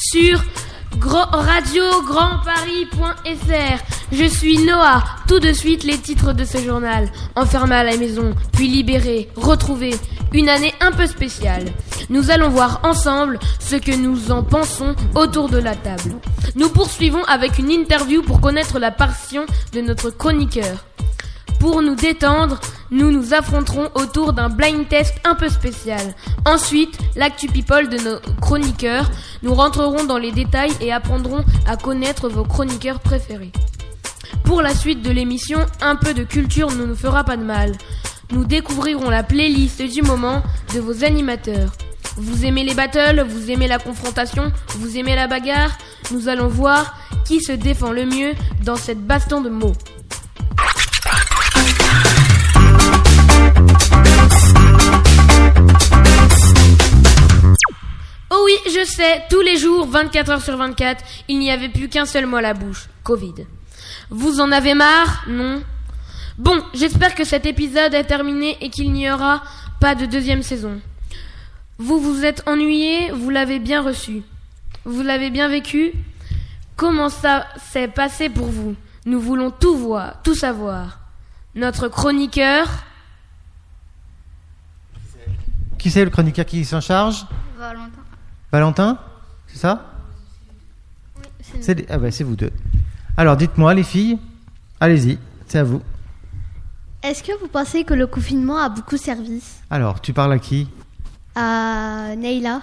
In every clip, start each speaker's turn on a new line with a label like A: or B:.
A: sur radiograndparis.fr. Je suis Noah. Tout de suite, les titres de ce journal. Enfermé à la maison, puis libéré, retrouvé. Une année un peu spéciale. Nous allons voir ensemble ce que nous en pensons autour de la table. Nous poursuivons avec une interview pour connaître la passion de notre chroniqueur. Pour nous détendre, nous nous affronterons autour d'un blind test un peu spécial. Ensuite, l'actu people de nos chroniqueurs. Nous rentrerons dans les détails et apprendrons à connaître vos chroniqueurs préférés. Pour la suite de l'émission, un peu de culture ne nous fera pas de mal. Nous découvrirons la playlist du moment de vos animateurs. Vous aimez les battles, vous aimez la confrontation, vous aimez la bagarre Nous allons voir qui se défend le mieux dans cette baston de mots. Oh oui, je sais, tous les jours, 24 heures sur 24, il n'y avait plus qu'un seul mot à la bouche, Covid. Vous en avez marre Non Bon, j'espère que cet épisode est terminé et qu'il n'y aura pas de deuxième saison. Vous vous êtes ennuyé, vous l'avez bien reçu. Vous l'avez bien vécu Comment ça s'est passé pour vous Nous voulons tout voir, tout savoir. Notre chroniqueur...
B: Qui c'est le chroniqueur qui s'en charge
C: Valentin.
B: Valentin C'est ça
C: c'est
B: C'est Ah bah, c'est vous deux. Alors dites-moi les filles, allez-y, c'est à vous.
D: Est-ce que vous pensez que le confinement a beaucoup servi
B: Alors, tu parles à qui
D: à Neila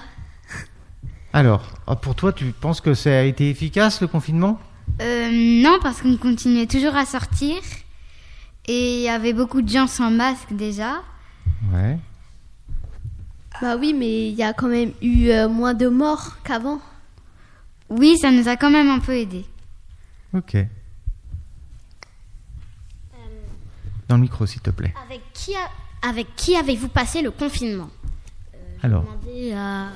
B: Alors, ah, pour toi, tu penses que ça a été efficace le confinement
C: Euh, non, parce qu'on continuait toujours à sortir. Et il y avait beaucoup de gens sans masque déjà.
B: Ouais.
D: Bah oui, mais il y a quand même eu euh, moins de morts qu'avant.
C: Oui, ça nous a quand même un peu aidés.
B: Ok.
E: Euh,
B: Dans le micro, s'il te plaît.
F: Avec qui, a- avec qui avez-vous passé le confinement
E: euh,
B: Alors,
F: Demandez à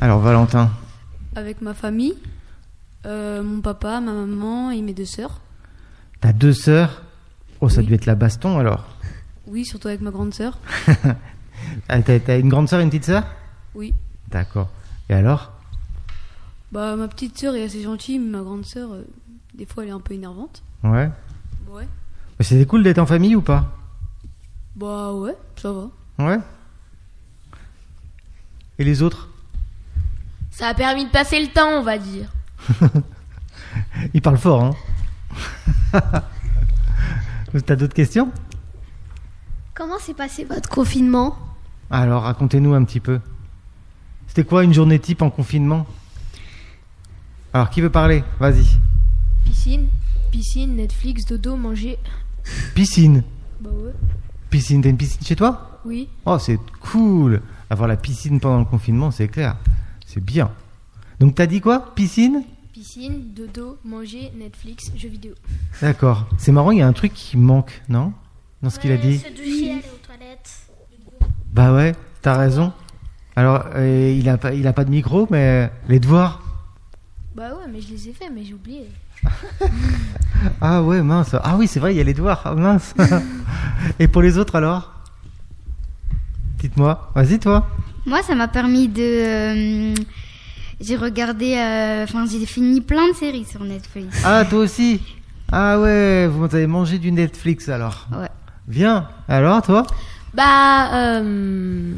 B: alors Valentin.
E: Avec ma famille, euh, mon papa, ma maman et mes deux sœurs.
B: T'as deux sœurs. Oh, ça
E: Oui.
B: devait être la baston alors.
E: Oui, surtout avec ma grande sœur.
B: Ah, T'as t'as une grande sœur et une petite sœur
E: Oui.
B: D'accord. Et alors
E: Bah, ma petite sœur est assez gentille, mais ma grande sœur, euh, des fois, elle est un peu énervante.
B: Ouais.
E: Ouais.
B: Mais C'était cool d'être en famille ou pas
E: Bah, ouais, ça va.
B: Ouais. Et les autres
A: Ça a permis de passer le temps, on va dire.
B: Ils parlent fort, hein T'as d'autres questions
D: Comment s'est passé votre confinement
B: Alors, racontez-nous un petit peu. C'était quoi une journée type en confinement Alors, qui veut parler Vas-y.
G: Piscine, piscine, Netflix, dodo, manger.
B: Piscine.
G: Bah ouais.
B: Piscine, t'as une piscine chez toi
G: Oui.
B: Oh, c'est cool Avoir la piscine pendant le confinement, c'est clair. C'est bien. Donc, t'as dit quoi Piscine
G: Piscine, dodo, manger, Netflix, jeux vidéo.
B: D'accord. C'est marrant, il y a un truc qui manque, non Dans ce qu'il a
G: Euh,
B: dit.
F: Se doucher, aller aux toilettes.
B: Bah ouais, t'as raison. Alors, euh, il, a pas, il a pas de micro, mais les devoirs.
G: Bah ouais, mais je les ai fait, mais j'ai oublié.
B: Ah ouais, mince. Ah oui, c'est vrai, il y a les devoirs. Ah, mince. Et pour les autres alors Dites-moi. Vas-y, toi.
C: Moi, ça m'a permis de. euh, j'ai regardé. euh, Enfin, j'ai fini plein de séries sur Netflix.
B: Ah, toi aussi. Ah ouais, vous avez mangé du Netflix alors.
C: Ouais.
B: Bien. Alors, toi
A: Bah, euh,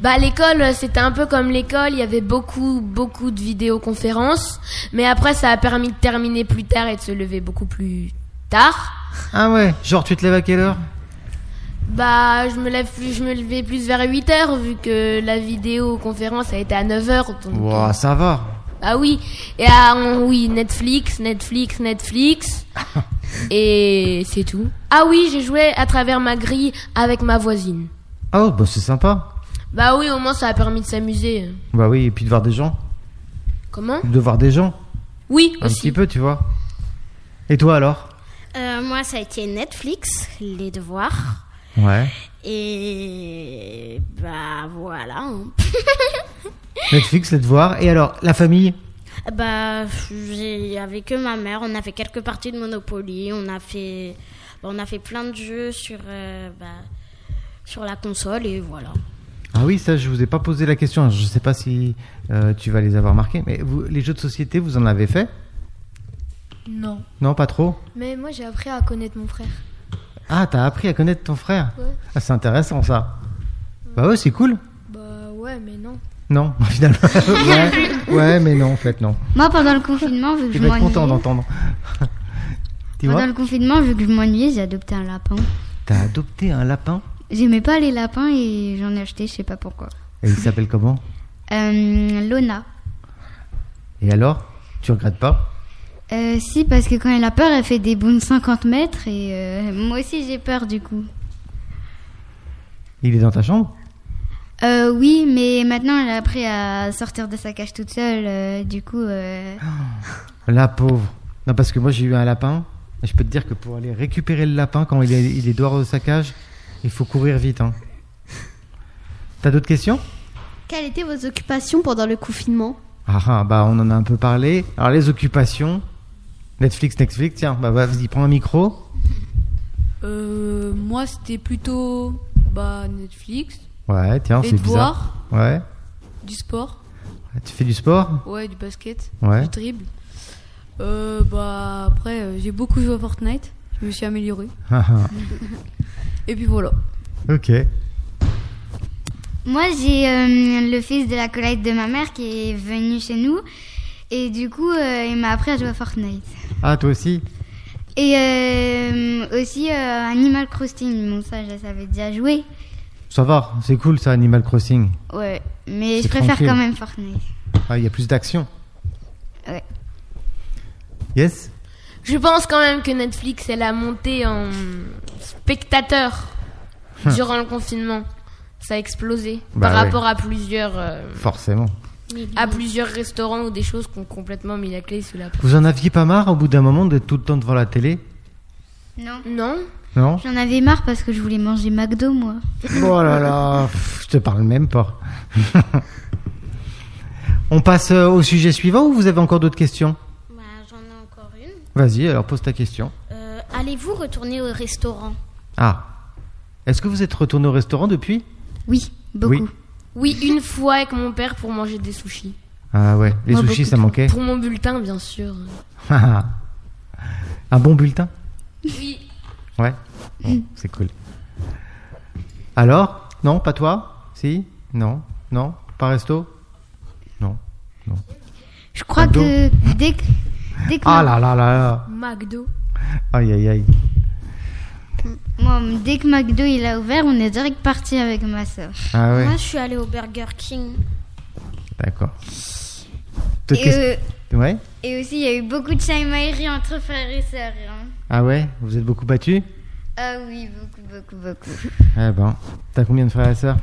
A: bah l'école, c'était un peu comme l'école. Il y avait beaucoup, beaucoup de vidéoconférences. Mais après, ça a permis de terminer plus tard et de se lever beaucoup plus tard.
B: Ah ouais, genre, tu te lèves à quelle heure
A: Bah, je me lève plus, je me levais plus vers 8 heures vu que la vidéoconférence a été à 9 heures. donc-
B: Ouah, ça va.
A: Ah oui. Et ah, on- oui, Netflix, Netflix, Netflix. et c'est tout. Ah oui, j'ai joué à travers ma grille avec ma voisine.
B: Ah, oh, bah c'est sympa.
A: Bah oui, au moins ça a permis de s'amuser.
B: Bah oui, et puis de voir des gens.
A: Comment
B: De voir des gens.
A: Oui,
B: Un
A: aussi.
B: petit peu, tu vois. Et toi alors
F: Euh, moi, ça a été Netflix, les devoirs.
B: Ouais.
F: Et. Bah voilà. hein.
B: Netflix, les devoirs. Et alors, la famille
F: Bah, j'ai avec que ma mère, on a fait quelques parties de Monopoly, on a fait. bah, on a fait plein de jeux sur. euh, bah, sur la console et voilà.
B: Ah oui, ça, je vous ai pas posé la question. Je sais pas si euh, tu vas les avoir marqués, mais vous, les jeux de société, vous en avez fait
G: Non.
B: Non, pas trop
G: Mais moi, j'ai appris à connaître mon frère.
B: Ah, t'as appris à connaître ton frère
G: Ouais.
B: Ah, c'est intéressant ça. Bah ouais, c'est cool.
G: Bah ouais, mais non.
B: Non, finalement. ouais, ouais, mais non, en fait, non.
C: Moi, pendant le confinement, vu que
B: Tu
C: je
B: vas être content
C: m'ennuyais.
B: d'entendre. tu
C: Pendant
B: vois
C: le confinement, vu que je m'ennuyais, j'ai adopté un lapin.
B: T'as adopté un lapin
C: J'aimais pas les lapins et j'en ai acheté, je sais pas pourquoi.
B: et il s'appelle comment
C: Euh, Lona.
B: Et alors Tu regrettes pas
C: Euh, si, parce que quand elle a peur, elle fait des bons 50 mètres et euh, moi aussi j'ai peur du coup.
B: Il est dans ta chambre
C: Euh, oui, mais maintenant elle a appris à sortir de sa cage toute seule, euh, du coup. euh,
B: Ah. La pauvre. Non, parce que moi j'ai eu un lapin. Et je peux te dire que pour aller récupérer le lapin quand il est, il est dehors de sa cage, il faut courir vite. Hein. T'as d'autres questions
D: Quelles étaient vos occupations pendant le confinement
B: Ah ah, bah on en a un peu parlé. Alors les occupations, Netflix, Netflix, tiens, bah bah, vas-y, prends un micro.
E: Euh, moi, c'était plutôt bah, Netflix,
B: Ouais, tiens,
E: les
B: c'est bizarre.
E: devoirs,
B: Ouais.
E: du sport,
B: Tu fais du sport
E: ouais, du basket,
B: Ouais.
E: du dribble. Euh, bah, après, euh, j'ai beaucoup joué à Fortnite, je me suis amélioré.
B: Ah, ah,
E: Et puis voilà.
B: ok.
C: Moi, j'ai euh, le fils de la collègue de ma mère qui est venu chez nous et du coup, euh, il m'a appris à jouer à Fortnite.
B: Ah, toi aussi
C: Et euh, aussi euh, Animal Crossing, bon ça, je savais déjà jouer.
B: Ça va, c'est cool ça, Animal Crossing.
C: Ouais, mais
B: C'est
C: je préfère
B: tranquille.
C: quand même Fortnite.
B: Ah, il y a plus d'action.
C: Ouais.
B: Yes
A: Je pense quand même que Netflix, elle a monté en spectateur durant le confinement. Ça a explosé
B: Hum. Bah
A: par
B: ouais.
A: rapport à plusieurs, euh,
B: Forcément.
A: à plusieurs restaurants ou des choses qui ont complètement mis la clé sous la porte.
B: Vous en aviez pas marre au bout d'un moment d'être tout le temps devant la télé
C: Non.
A: Non
B: Non
C: J'en avais marre parce que je voulais manger McDo, moi.
B: Oh là là, pff, je te parle même pas. On passe euh, au sujet suivant ou vous avez encore d'autres questions
F: Bah, j'en ai encore une.
B: Vas-y, alors pose ta question.
F: Euh, Allez-vous retourner au restaurant
B: Ah. Est-ce que vous êtes retourné au restaurant depuis
C: Oui, beaucoup.
B: Oui.
A: Oui, une fois avec mon père pour manger des sushis.
B: Ah ouais, les
A: Moi,
B: sushis
A: beaucoup
B: ça
A: de-
B: manquait.
A: Pour mon bulletin, bien sûr.
B: Un bon bulletin
A: Oui.
B: Ouais. Bon, c'est cool. Alors Non, pas toi Si Non Non Pas resto Non.
C: Je crois
B: McDo.
C: que dès que. Dès que
B: Ah là là là là
G: McDo.
B: Aïe aïe aïe.
C: Moi, dès que McDo il a ouvert, on est direct parti avec ma soeur.
B: Ah ouais,
F: Moi, je suis allée au Burger King.
B: d'accord. D'autres
C: Et,
B: questions
C: euh,
B: Ouais
C: et aussi, il y a eu beaucoup de chamailleries entre frères et sœurs. hein.
B: Ah ouais Vous êtes beaucoup battus
C: Ah oui, beaucoup, beaucoup, beaucoup.
B: Eh ben, t'as combien de frères et sœurs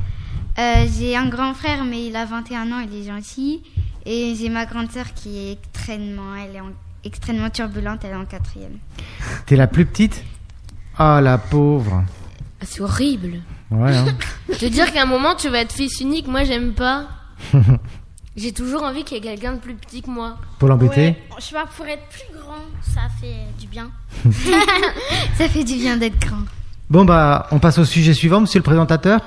C: Euh, j'ai un grand frère, mais il a 21 ans, il est gentil. Et j'ai ma grande sœur qui est extrêmement, elle est en- extrêmement turbulente, elle est en quatrième.
B: T'es la plus petite Ah la pauvre
A: Ah, c'est horrible.
B: Ouais, hein.
A: Te dire qu'à un moment, tu vas être fils unique, moi, j'aime pas. J'ai toujours envie qu'il y ait quelqu'un de plus petit que moi.
B: Pour l'embêter
F: Ouais, je sais pas, pour être plus grand, ça fait du bien.
C: Ça fait du bien d'être grand.
B: Bon bah, on passe au sujet suivant, monsieur le présentateur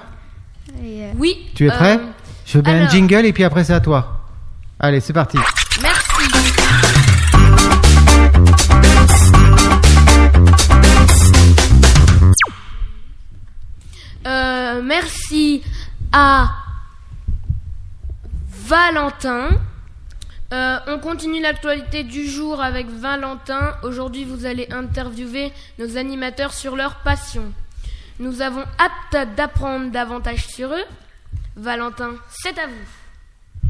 C: Et, euh,
A: Oui.
B: Tu es prêt
A: euh,
B: Je veux bien un
A: alors.
B: jingle et puis après c'est à toi. Allez, c'est parti.
A: Merci. Euh, merci à Valentin. Euh, on continue l'actualité du jour avec Valentin. Aujourd'hui, vous allez interviewer nos animateurs sur leur passion. Nous avons hâte d'apprendre davantage sur eux. Valentin, c'est à vous.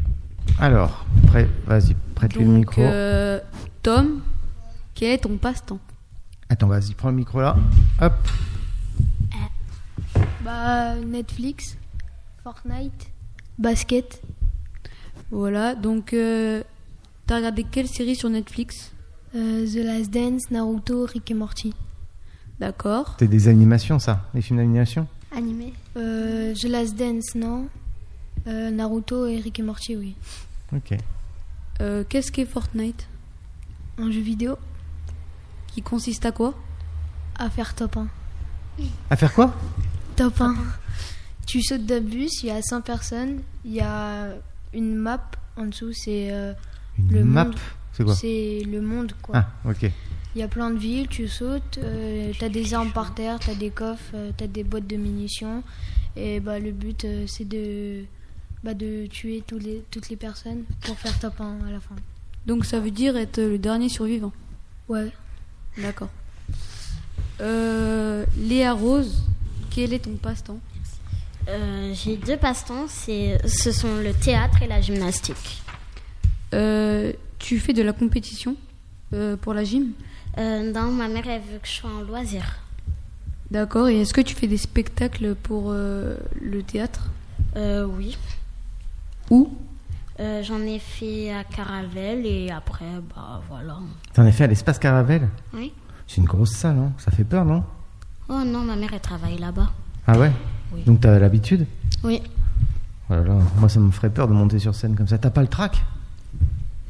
B: Alors, prêt, vas-y, prête-lui le
E: Donc,
B: micro.
E: euh, Tom, quel est ton passe-temps
B: Attends, vas-y, prends le micro là. Hop.
G: Bah, Netflix, Fortnite, basket.
E: Voilà, donc, euh, t'as regardé quelle série sur Netflix
G: Euh, The Last Dance, Naruto, Rick et Morty.
E: D'accord.
B: C'est des animations, ça, des films d'animation.
D: Animé
G: Euh, The Last Dance, non Euh, Naruto et Rick et Morty, oui.
B: Ok.
E: Euh, Qu'est-ce qu'est Fortnite
G: Un jeu vidéo
E: Qui consiste à quoi
G: à faire top 1.
B: À faire quoi
G: Top 1. Tu sautes d'un bus, il y a 100 personnes, il y a une map en dessous, c'est euh,
B: Une
G: Le
B: map
G: monde.
B: C'est quoi
G: c'est le monde quoi.
B: Ah, ok.
G: Il y a plein de villes, tu sautes, euh, t'as des armes par terre, t'as des coffres, euh, t'as des boîtes de munitions. Et bah, le but, euh, c'est de, bah, de tuer tous les, toutes les personnes pour faire top 1 à la fin.
E: Donc ça veut dire être le dernier survivant.
G: Ouais.
E: D'accord. Euh, Léa Rose, quel est ton passe-temps
F: Euh, J'ai deux passe-temps, c'est- ce sont le théâtre et la gymnastique.
E: Euh, Tu fais de la compétition euh, pour la gym
F: Euh, non, ma mère, elle veut que je sois en loisir.
E: D'accord. Et est-ce que tu fais des spectacles pour euh, le théâtre
F: Euh, oui.
E: Où
F: Euh, J'en ai fait à Caravelle et après, bah voilà.
B: T'en as fait à l'espace Caravelle
F: Oui.
B: C'est une grosse salle, hein Ça fait peur, non
F: Oh non, ma mère, elle travaille là-bas.
B: Ah ouais
F: Oui.
B: Donc t'as l'habitude
F: Oui.
B: Oh là là, moi ça me ferait peur de monter sur scène comme ça. T'as pas le trac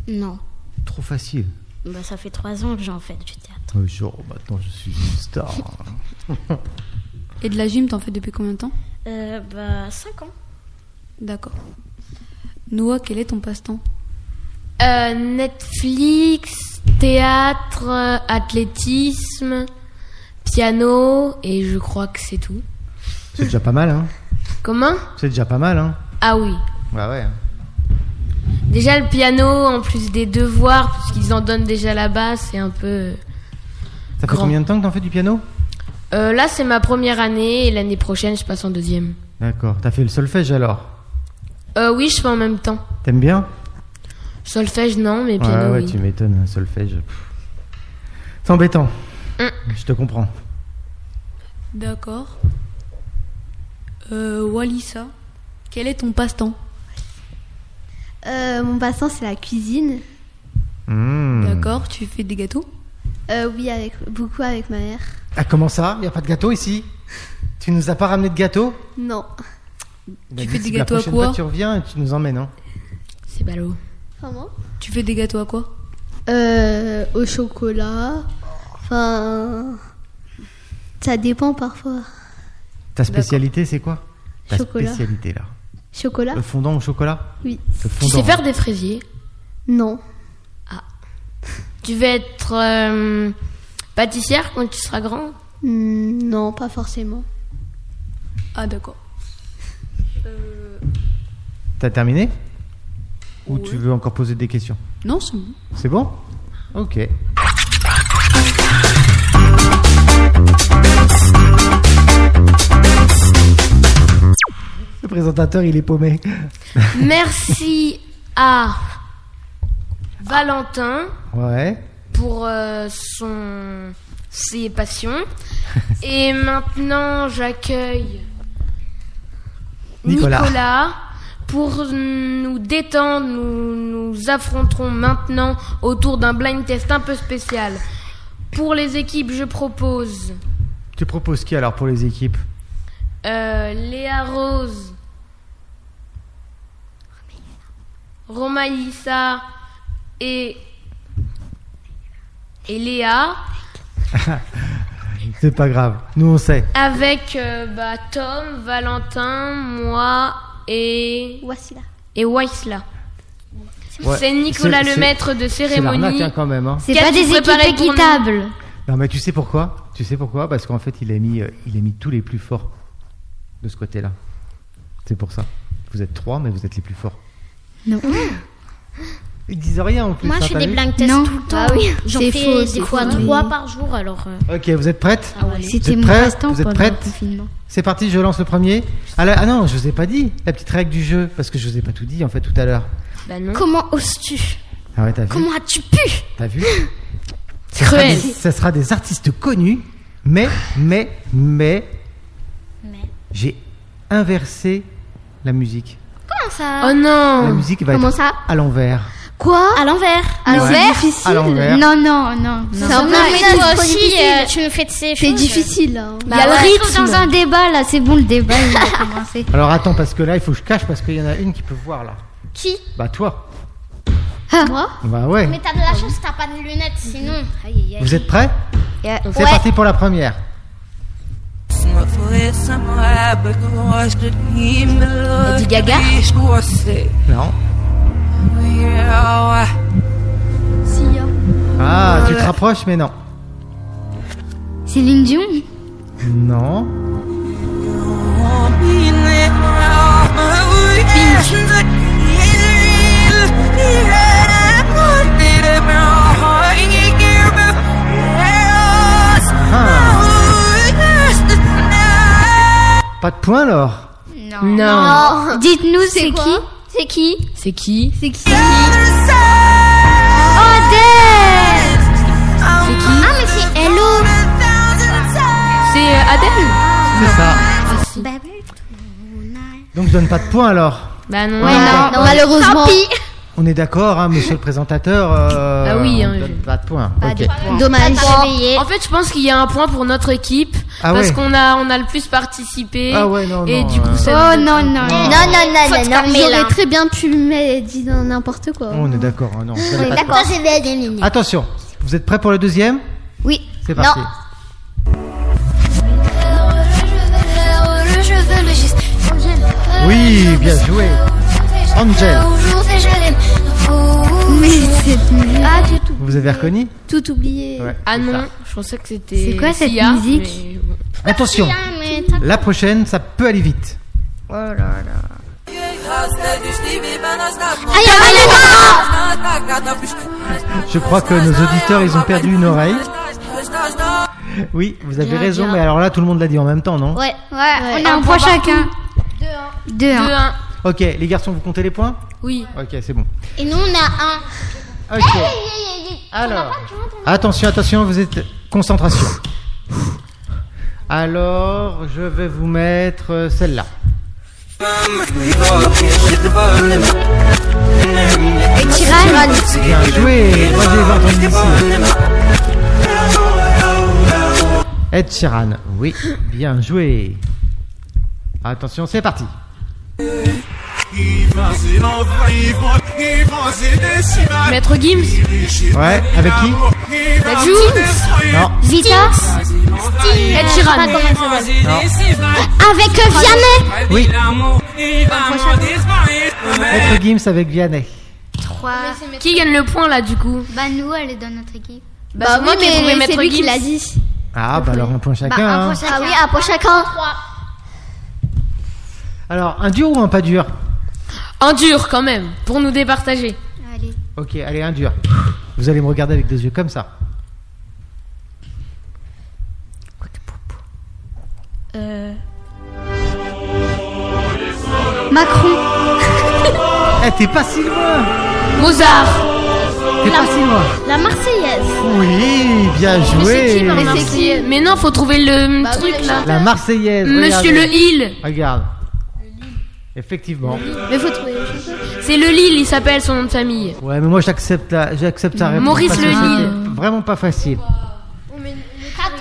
F: Non.
B: Trop facile.
F: Bah, ça fait trois ans que j'en fais du théâtre.
B: Euh, Genre, maintenant je suis une star.
E: Et de la gym, t'en fais depuis combien de temps
F: Euh, bah, cinq ans.
E: D'accord. Noah, quel est ton passe-temps
A: Euh, Netflix, théâtre, euh, athlétisme, piano, et je crois que c'est tout.
B: C'est déjà pas mal, hein
A: Comment
B: C'est déjà pas mal, hein
A: Ah oui.
B: Bah ouais.
A: Déjà le piano, en plus des devoirs, puisqu'ils en donnent déjà là-bas, c'est un peu... euh,
B: Ça fait
A: Grand.
B: combien de temps que t'en fais du piano
A: Euh, là, c'est ma première année, et l'année prochaine, je passe en deuxième.
B: D'accord. T'as fait le solfège alors
A: Euh, oui, je fais en même temps.
B: T'aimes bien
A: Solfège, non, mais
B: Ouais,
A: piano,
B: ouais,
A: oui.
B: tu m'étonnes, un solfège. pff. C'est embêtant.
A: Hum.
B: Je te comprends.
E: D'accord. Euh, Walissa, quel est ton passe-temps
D: Euh, mon passe-temps, c'est la cuisine.
B: Hmm.
E: D'accord, tu fais des gâteaux
D: Euh, oui, avec, beaucoup avec ma mère.
B: Ah, comment ça Y a pas de gâteau ici Tu nous as pas ramené de gâteau
D: Non.
B: Bah,
E: fais des
B: la
E: gâteaux à
B: prochaine
E: quoi
B: fois, Tu reviens et tu nous emmènes, hein
A: C'est ballot.
D: Comment
E: Tu fais des gâteaux à quoi
D: euh, Au chocolat. Enfin. Ça dépend parfois.
B: Ta spécialité, c'est quoi Ta
D: Chocolat.
B: spécialité, là.
D: Chocolat
B: Le fondant au chocolat
D: Oui.
B: Le
A: Tu
B: fondant.
A: sais faire des fraisiers
D: Non.
A: Tu veux être euh, pâtissière quand tu seras grand
D: Hmm, Non, pas forcément.
E: Ah, d'accord. Euh,
B: T'as terminé Ou tu veux encore poser des questions
E: non, c'est bon.
B: C'est bon Ok. Le présentateur, il est paumé.
A: Merci à Valentin
B: Ouais.
A: pour euh, son ses passions. Et maintenant, j'accueille
B: Nicolas.
A: Pour nous détendre, nous nous affronterons maintenant autour d'un blind test un peu spécial. Pour les équipes, je propose
B: Tu proposes qui alors pour les équipes
A: Euh, Léa Rose. Romaïssa et et Léa
B: C'est pas grave. Nous, on sait.
A: avec euh, bah, Tom, Valentin, moi et
D: Voici là.
A: et Waisla.
B: Ouais.
A: C'est Nicolas
B: C'est-
A: le
B: c'est-
A: maître de
B: C'est l'arnaque
A: cérémonie.
B: hein, quand même. hein.
C: C'est
A: Qu'as-tu
C: pas des équipes
A: préparé pour nous
C: équitables.
B: Non, mais tu sais pourquoi Tu sais pourquoi Parce qu'en fait, il a, mis, euh, il a mis tous les plus forts de ce côté-là. C'est pour ça. Vous êtes trois, mais vous êtes les plus forts.
C: Non.
B: Ils disent rien en plus.
F: Moi,
B: hein,
F: je fais
B: t'as
F: des
B: vu
F: blind tests
C: Non.
F: tout le temps.
D: Ah oui.
F: J'en
D: C'est
F: fais
D: faux,
F: des
D: c'est
F: fois
D: faux.
F: trois
D: Oui.
F: par jour, alors. euh,
B: Ok, vous êtes prêtes
F: ah ouais.
B: Vous
C: C'était
B: êtes
C: mon
B: prêts
C: passe-temps
B: Vous êtes
C: pendant le
B: prêtes
C: confinement.
B: C'est parti, je lance le premier. Ah, là- ah non, je vous ai pas dit la petite règle du jeu, parce que je vous ai pas tout dit en fait tout à l'heure.
A: Bah non.
F: Comment oses-tu
B: Ah ouais, t'as vu
F: Comment as-tu pu
B: T'as vu
A: C'est
B: Ça sera
A: cruel.
B: des- Ça sera des artistes connus, mais, mais, mais,
F: Mais.
B: j'ai inversé la musique.
F: Comment ça
A: Oh
B: La
A: non.
B: musique va
C: Ah. Comment
B: être
C: ça
B: à l'envers.
C: Quoi
F: À l'envers.
C: À l'envers
B: À l'envers.
C: Non, non, non.
D: C'est
F: Non,
D: un peu-
F: mais
D: c'est
F: toi
D: trop
F: aussi,
D: difficile.
F: euh, tu me fais de ces
D: C'est
F: choses.
D: difficile. hein.
C: Bah ouais, je trouve dans un débat là, c'est bon le débat, il a commencé.
B: Alors attends, parce que là, il faut que je cache, parce qu'il y en a une qui peut voir là.
F: Qui
B: Bah toi.
C: Ah.
D: Moi
B: Bah ouais.
F: Mais t'as de la chance, t'as pas de lunettes, sinon. Aïe, aïe, aïe.
B: Vous êtes prêts
C: Et, euh,
B: C'est parti pour la première.
C: Ouais.
F: Lady
A: Gaga
B: Non.
G: Sia.
B: Ah, tu te rapproches, mais non.
H: Céline Dion
B: Non. Pas de point, alors.
H: Non.
A: Non.
H: Dites-nous c'est qui
G: C'est qui
A: C'est qui
G: C'est qui
H: Odette
A: C'est qui
H: Ah mais c'est Hello
A: C'est euh, Adèle Ah,
B: C'est ça. Donc je donne pas de point, alors.
A: Bah non.
B: Ouais,
A: non.
B: non.
G: malheureusement.
B: On est d'accord, hein, monsieur le présentateur. euh,
A: Ah oui,
B: on
A: hein,
B: donne
A: je-
B: pas de point. ok.
G: Dommage.
A: En fait, je pense qu'il y a un point pour notre équipe
B: Ah
A: parce
B: ouais.
A: qu'on a on a le plus participé.
B: Ah ouais, non,
A: Et
B: non,
A: du coup,
B: euh,
A: ça.
H: Oh non, non, non.
F: Non, non, non, non, non, mais là.
G: J'aurais très bien pu mettre dit dans n'importe quoi.
B: On est d'accord, hein, non. je donne pas de
F: D'accord, c'est bien, bien, bien.
B: point. Attention, vous êtes prêts pour le deuxième
H: Oui.
B: C'est parti.
F: Non.
B: Oui, bien joué. Angel.
G: Oui, c'est Ah, j'ai tout,
B: Vous avez reconnu
G: tout oublié.
B: Ouais,
A: Ah
B: c'est
A: non,
B: ça.
A: je pensais que c'était.
H: C'est quoi cette
A: Sia,
H: musique
A: mais bon.
B: Attention, la prochaine, ça peut aller vite. Je crois que nos auditeurs, ils ont perdu une oreille. Oui, vous avez raison, mais alors là, tout le monde l'a dit en même temps, non
H: Ouais, on a un point chacun. 2 1 2
A: 2-1.
B: Ok, les garçons, vous comptez les points
A: Oui.
B: Ok, c'est bon.
F: Et nous, on a un.
B: Ok. Alors, attention, attention, vous êtes concentration. Alors, je vais vous mettre euh, celle-là. Bien joué. Moi, je l'ai entendu d'ici. Ed Sheeran, oui, bien joué. Attention, c'est parti.
A: Maître Gims,
B: Ouais, avec qui
A: la Jules,
B: Non,
H: Vita
A: Ed Sheeran.
H: avec Vianney.
B: oui. Maître Gims avec Vianney.
H: 3
A: Qui gagne le point là du coup
H: Bah nous elle est dans notre équipe.
A: Bah, c'est moi qui ai trouvé
G: mais
A: Maître
G: c'est lui qui
A: Gims.
G: l'a dit.
B: Ah, bah alors un point chacun. hein.
G: Ah oui, ah, pour chacun.
B: Alors, un dur ou un pas dur
A: Un dur quand même pour nous départager.
H: Allez.
B: Ok, allez, un dur. Vous allez me regarder avec des yeux comme ça.
H: Euh, Macron.
B: Eh, t'es pas si loin
A: Mozart.
B: T'es pas si loin
G: La Marseillaise.
B: Oui, bien joué
A: Mais
G: Marseille
A: c'est qui Mais non, faut trouver le hum,
G: Bah oui,
A: truc
G: le
A: là.
B: La Marseillaise
A: Monsieur
B: regardez.
A: le Hill,
B: Regarde. Effectivement.
G: Mais faut trouver le chanteur.
A: c'est le Lille, il s'appelle son nom de famille.
B: Ouais, mais moi j'accepte la- j'accepte ta réponse.
A: Maurice
B: parce que
A: Le
B: c'était
A: Lille.
B: Vraiment pas facile.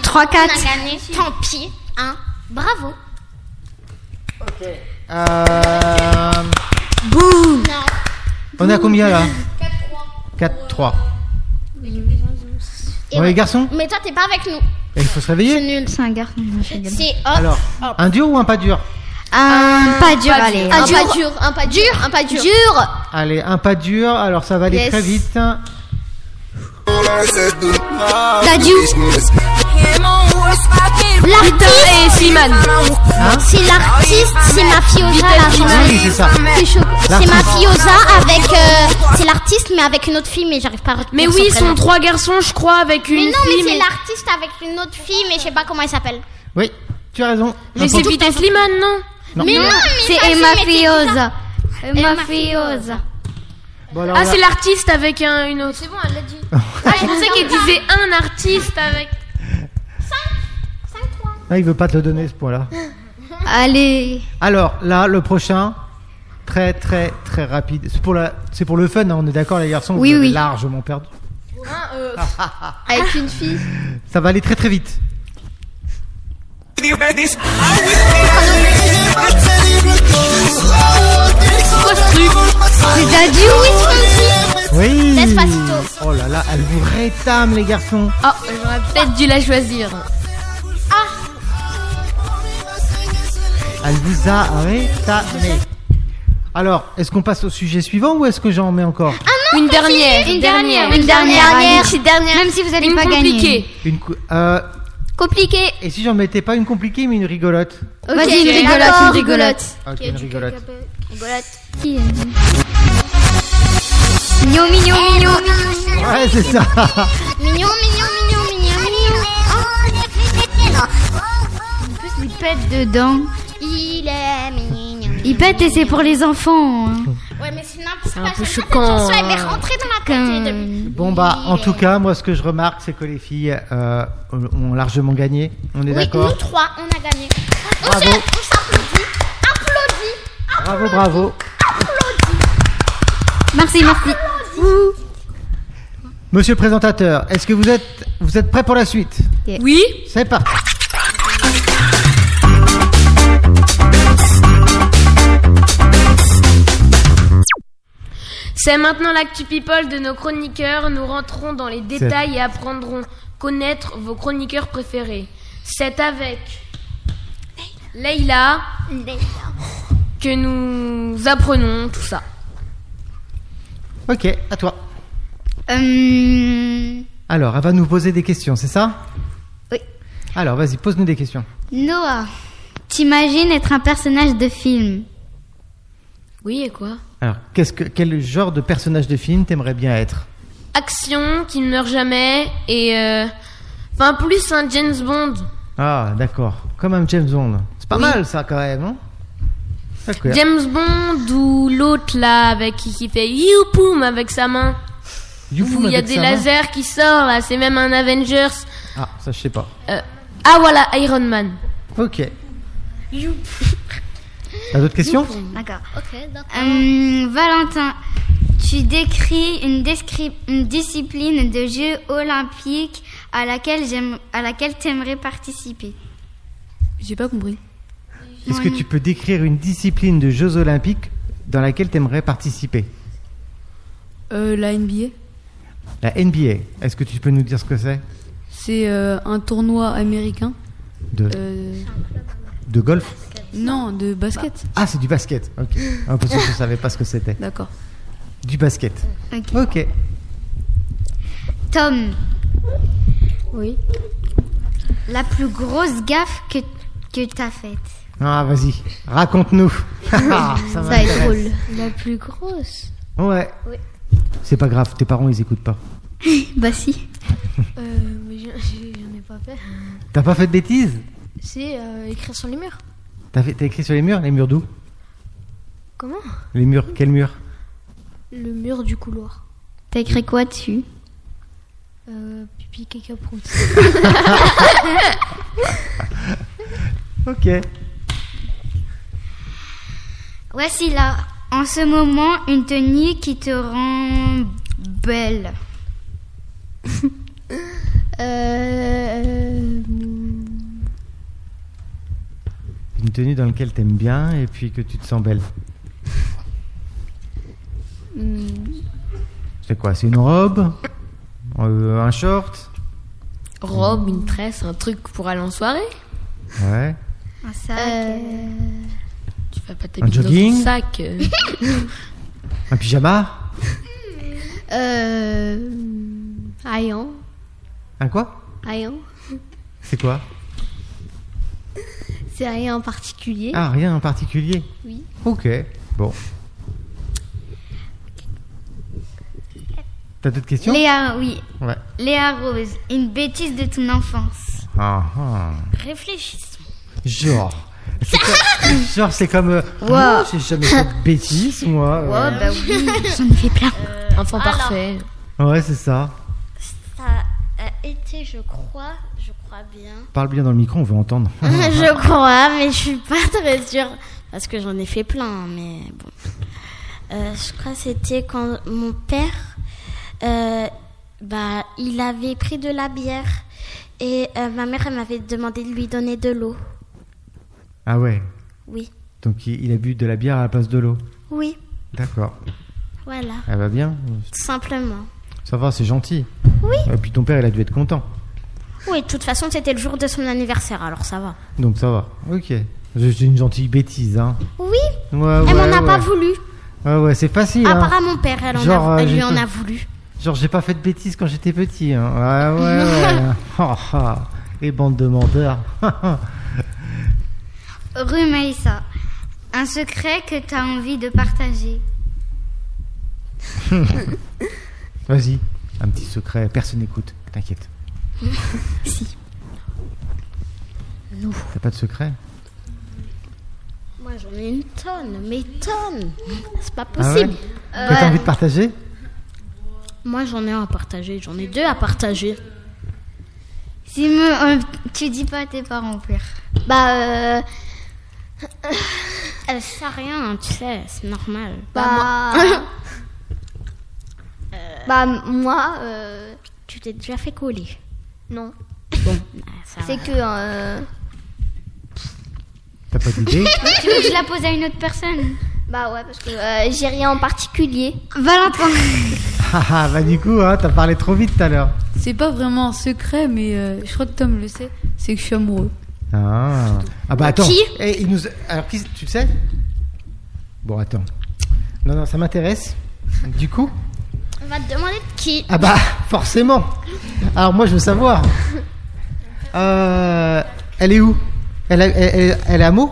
H: 3 4
F: On a gagné. Tant pis. Hein. Bravo.
B: Euh,
F: Non.
B: On est à combien là 4-3.
F: Et
B: Bon,
F: ouais.
B: les garçons,
F: Mais toi, t'es pas avec nous.
B: eh, il faut se réveiller.
F: Nul.
H: C'est un garçon.
F: C'est off.
B: Alors, un dur ou un pas dur
H: Un pas dur allez.
G: Un, pas dur, un pas dur, un pas dur. Dur.
B: Allez, un pas dur, alors ça va aller
G: Yes.
B: très vite.
H: Dadju.
A: Vita et Slimane.
F: C'est l'artiste, c'est Mafiosa, la
B: Hein Oui,
F: chanteuse.
B: c'est ça.
G: C'est chaud.
F: C'est
B: L'artiste.
F: Mafiosa avec. euh, c'est l'artiste, mais avec une autre fille, mais j'arrive pas à retenir
A: Mais
F: son
A: oui, ils
F: prénom.
A: sont trois garçons, je crois, avec une
F: Mais non, mais
A: fille.
F: c'est l'artiste avec une autre fille, mais je sais pas comment elle s'appelle.
B: Oui, tu as raison.
A: Mais c'est Vita et Slimane, non
B: Non.
F: Mais non, mais ça,
H: C'est
F: je
H: Emma
F: m'étais dit ça.
H: Fioza. Emma
F: Emma
H: Fioza.
B: Bon, alors,
A: Ah,
B: là-
A: c'est l'artiste avec un, une autre. C'est bon, elle l'a dit. ah, je pensais qu'il disait un artiste avec.
B: Ah, il veut pas te le donner ce point-là.
H: Allez.
B: Alors là, le prochain, très très très rapide. C'est pour la, c'est pour le fun. hein, on est d'accord, les garçons.
H: Oui,
B: vous avez
H: oui.
B: Largement perdu.
H: euh,
G: Avec une fille.
B: Ça va aller très très vite.
H: C'est Dadju.
B: Oui.
F: Despacito.
B: Oh là là, elle vous rétame les garçons.
A: Oh, j'aurais peut-être dû la choisir.
F: Ah
B: Elle vous a rétamé. Alors, est-ce qu'on passe au sujet suivant ou est-ce que j'en mets encore
A: Une dernière.
C: Une dernière,
H: Une dernière,
C: allez.
H: une petite dernière.
C: Même si vous n'allez
A: Une
C: pas
A: compliquée.
C: gagner.
B: Une cou- euh,
H: Compliqué.
B: et si j'en mettais pas une compliquée mais une rigolote
D: Ok,
C: Vas-y, une rigolote,
H: D'accord,
C: une rigolote.
B: Ok, une rigolote.
C: Mignon, mignon, mignon.
B: Ouais, c'est ça.
H: Mignon, mignon, mignon, mignon, mignon.
C: En plus, il pète dedans.
H: Il est mignon.
C: Il pète et c'est pour les enfants. hein.
H: Ouais, mais c'est n'importe
A: un
H: quoi.
A: peu
H: Cette
A: choquant,
H: chanson, elle est
A: hein.
H: rentrée dans la tête depuis.
B: Bon bah, en tout cas, moi ce que je remarque, c'est que les filles euh, ont largement gagné. On est
H: Oui, nous
B: d'accord
H: trois, on a gagné. On se-
B: Bravo.
H: on s'applaudit. Applaudit.
B: Bravo, bravo.
C: Merci, merci.
B: Monsieur le présentateur, est-ce que vous êtes vous êtes prêt pour la suite
A: Oui.
B: C'est parti.
A: C'est maintenant l'actu people de nos chroniqueurs. Nous rentrons dans les détails et apprendrons connaître vos chroniqueurs préférés. C'est avec Leïla que nous apprenons tout ça.
B: Ok, à toi.
A: Euh,
C: Hum,
B: Alors, elle va nous poser des questions, c'est ça
C: Oui.
B: Alors, vas-y, pose-nous des questions.
C: Noah, t'imagines être un personnage de film
A: Oui, et quoi
B: Alors, qu'est-ce que quel genre de personnage de film t'aimerais bien être
A: Action qui ne meurt jamais et euh, enfin plus un James Bond.
B: Ah, d'accord. Comme un James Bond. C'est pas mal ça quand même, hein non D'accord.
A: James Bond ou l'autre là avec qui, qui fait youpoum avec sa main.
B: Youfoum
A: Où il y a
B: avec
A: des
B: sa main.
A: lasers qui sortent là, c'est même un Avengers.
B: Ah, ça je sais pas.
A: Euh, ah voilà, Iron Man.
B: Ok. T'as d'autres questions
C: D'accord.
H: Ok, d'accord.
C: Hum, Valentin, tu décris une, descri- une discipline de jeu olympique à laquelle j'aime, à laquelle t'aimerais participer.
E: J'ai pas compris.
B: Est-ce que tu peux décrire une discipline de Jeux Olympiques dans laquelle t'aimerais participer
E: Euh, la NBA,
B: La NBA. Est-ce que tu peux nous dire ce que c'est
E: c'est euh, un tournoi américain.
B: de,
E: euh,
B: de golf
E: non, de basket.
B: Ah, c'est du basket. Ok. Ah, parce que je savais pas ce que c'était.
E: D'accord.
B: Du basket.
C: Ok.
B: Ok.
C: Tom,
G: Oui.
C: la plus grosse gaffe que, que t'as faite.
B: Ah, vas-y. Raconte-nous. Ah,
D: Ça
B: ça
D: va être
B: m'intéresse.
D: drôle.
G: La plus grosse.
B: Ouais. C'est pas grave, tes parents ils écoutent pas.
C: Bah si.
G: Euh, mais j'en j'en ai pas fait.
B: T'as pas fait de bêtises
G: C'est euh, écrire sur les murs.
B: T'as fait- t'as écrit sur les murs Les murs d'où
G: Comment
B: Les murs, quel mur
G: Le mur du couloir.
C: T'as écrit quoi dessus
G: Euh, pipi, caca, prout.
B: Ok.
C: Voici là, en ce moment, une tenue qui te rend belle.
D: Euh,
B: Une tenue dans laquelle t'aimes bien et puis que tu te sens belle. C'est quoi C'est une robe Euh, Un short
A: Robe, une tresse, un truc pour aller en soirée. Euh,
B: Ouais.
C: Un sac.
A: Tu vas pas
B: Un
A: t'habiller dans
B: jogging.
A: ton sac. euh.
B: Un pyjama
D: euh, Ayan.
B: Un quoi
D: Ayan.
B: C'est quoi
D: C'est rien en particulier.
B: Ah, rien en particulier
D: Oui.
B: Ok. Bon. T'as d'autres questions
C: Léa, oui.
B: Ouais.
C: Léa Rose, une bêtise de ton enfance.
B: Ah, ah.
F: Réfléchissons.
B: Genre. C'est comme- Genre, c'est comme. euh, Non, J'ai jamais fait de bêtises, moi. euh.
C: bah oui, j'en ai fait plein.
A: Enfant
F: Euh, Alors.
A: parfait.
B: Ouais, c'est ça.
F: Ça a été, je crois, je crois bien.
B: Parle bien dans le micro, on veut entendre.
F: je crois, mais je suis pas très sûre. Parce que j'en ai fait plein, mais bon. Euh, je crois que c'était quand mon père, euh, bah, il avait pris de la bière. Et euh, ma mère, elle m'avait demandé de lui donner de l'eau.
B: Ah ouais.
F: Oui.
B: Donc, il il a bu de la bière à la place de l'eau.
F: Oui,
B: D'accord.
F: voilà.
B: Elle va bien
F: Tout simplement.
B: Ça va, c'est gentil. Oui. Et puis ton père, il a dû être content.
F: Oui, de toute façon, c'était le jour de son anniversaire, alors ça va.
B: Donc ça va. Ok. C'est une gentille bêtise, hein.
H: Oui,
B: Ouais, ouais,
H: elle m'en a
B: ouais.
H: pas voulu.
B: Ouais, ouais, c'est facile,
H: À
B: hein.
H: part à mon père, elle, en a-
B: Genre, euh,
H: elle
B: j'ai
H: lui en
B: pas-
H: a voulu.
B: Genre, j'ai pas fait de bêtises quand j'étais petit. Hein. Ouais, ouais, ouais. Ah, ah. Et bande de menteurs.
C: Rue Maïssa, un secret que tu as envie de partager.
B: Vas-y, un petit secret. Personne n'écoute. T'inquiète. si. T'as pas de secret
F: Moi j'en ai une tonne, mais tonne C'est pas
B: Ah
F: possible
B: ouais Que t'as envie de partager
F: Moi j'en ai un à partager, j'en ai deux à partager.
C: Si me, euh, tu dis pas à tes parents, pire.
H: Bah, euh,
F: Elle sait euh, rien, tu sais, c'est normal.
H: bah, bah, moi, euh,
F: Tu t'es déjà fait coller.
H: non.
F: Ah, ça
H: C'est que, euh,
B: T'as pas d'idée
C: Tu veux que je la pose à une autre personne
H: bah ouais, parce que euh, j'ai rien en particulier.
C: Valentin.
B: Ah, ah, bah du coup, hein, t'as parlé trop vite tout à l'heure.
E: C'est pas vraiment un secret, mais euh, je crois que Tom le sait, c'est que je suis amoureux.
B: Ah. Ah bah attends.
H: Qui
B: Eh, il nous... Alors qui tu le sais Bon attends. Non non, ça m'intéresse. Du coup
H: On va te demander de qui
B: Ah bah forcément. Alors moi je veux savoir. Euh, elle est où elle, a- elle, elle- elle est à Meaux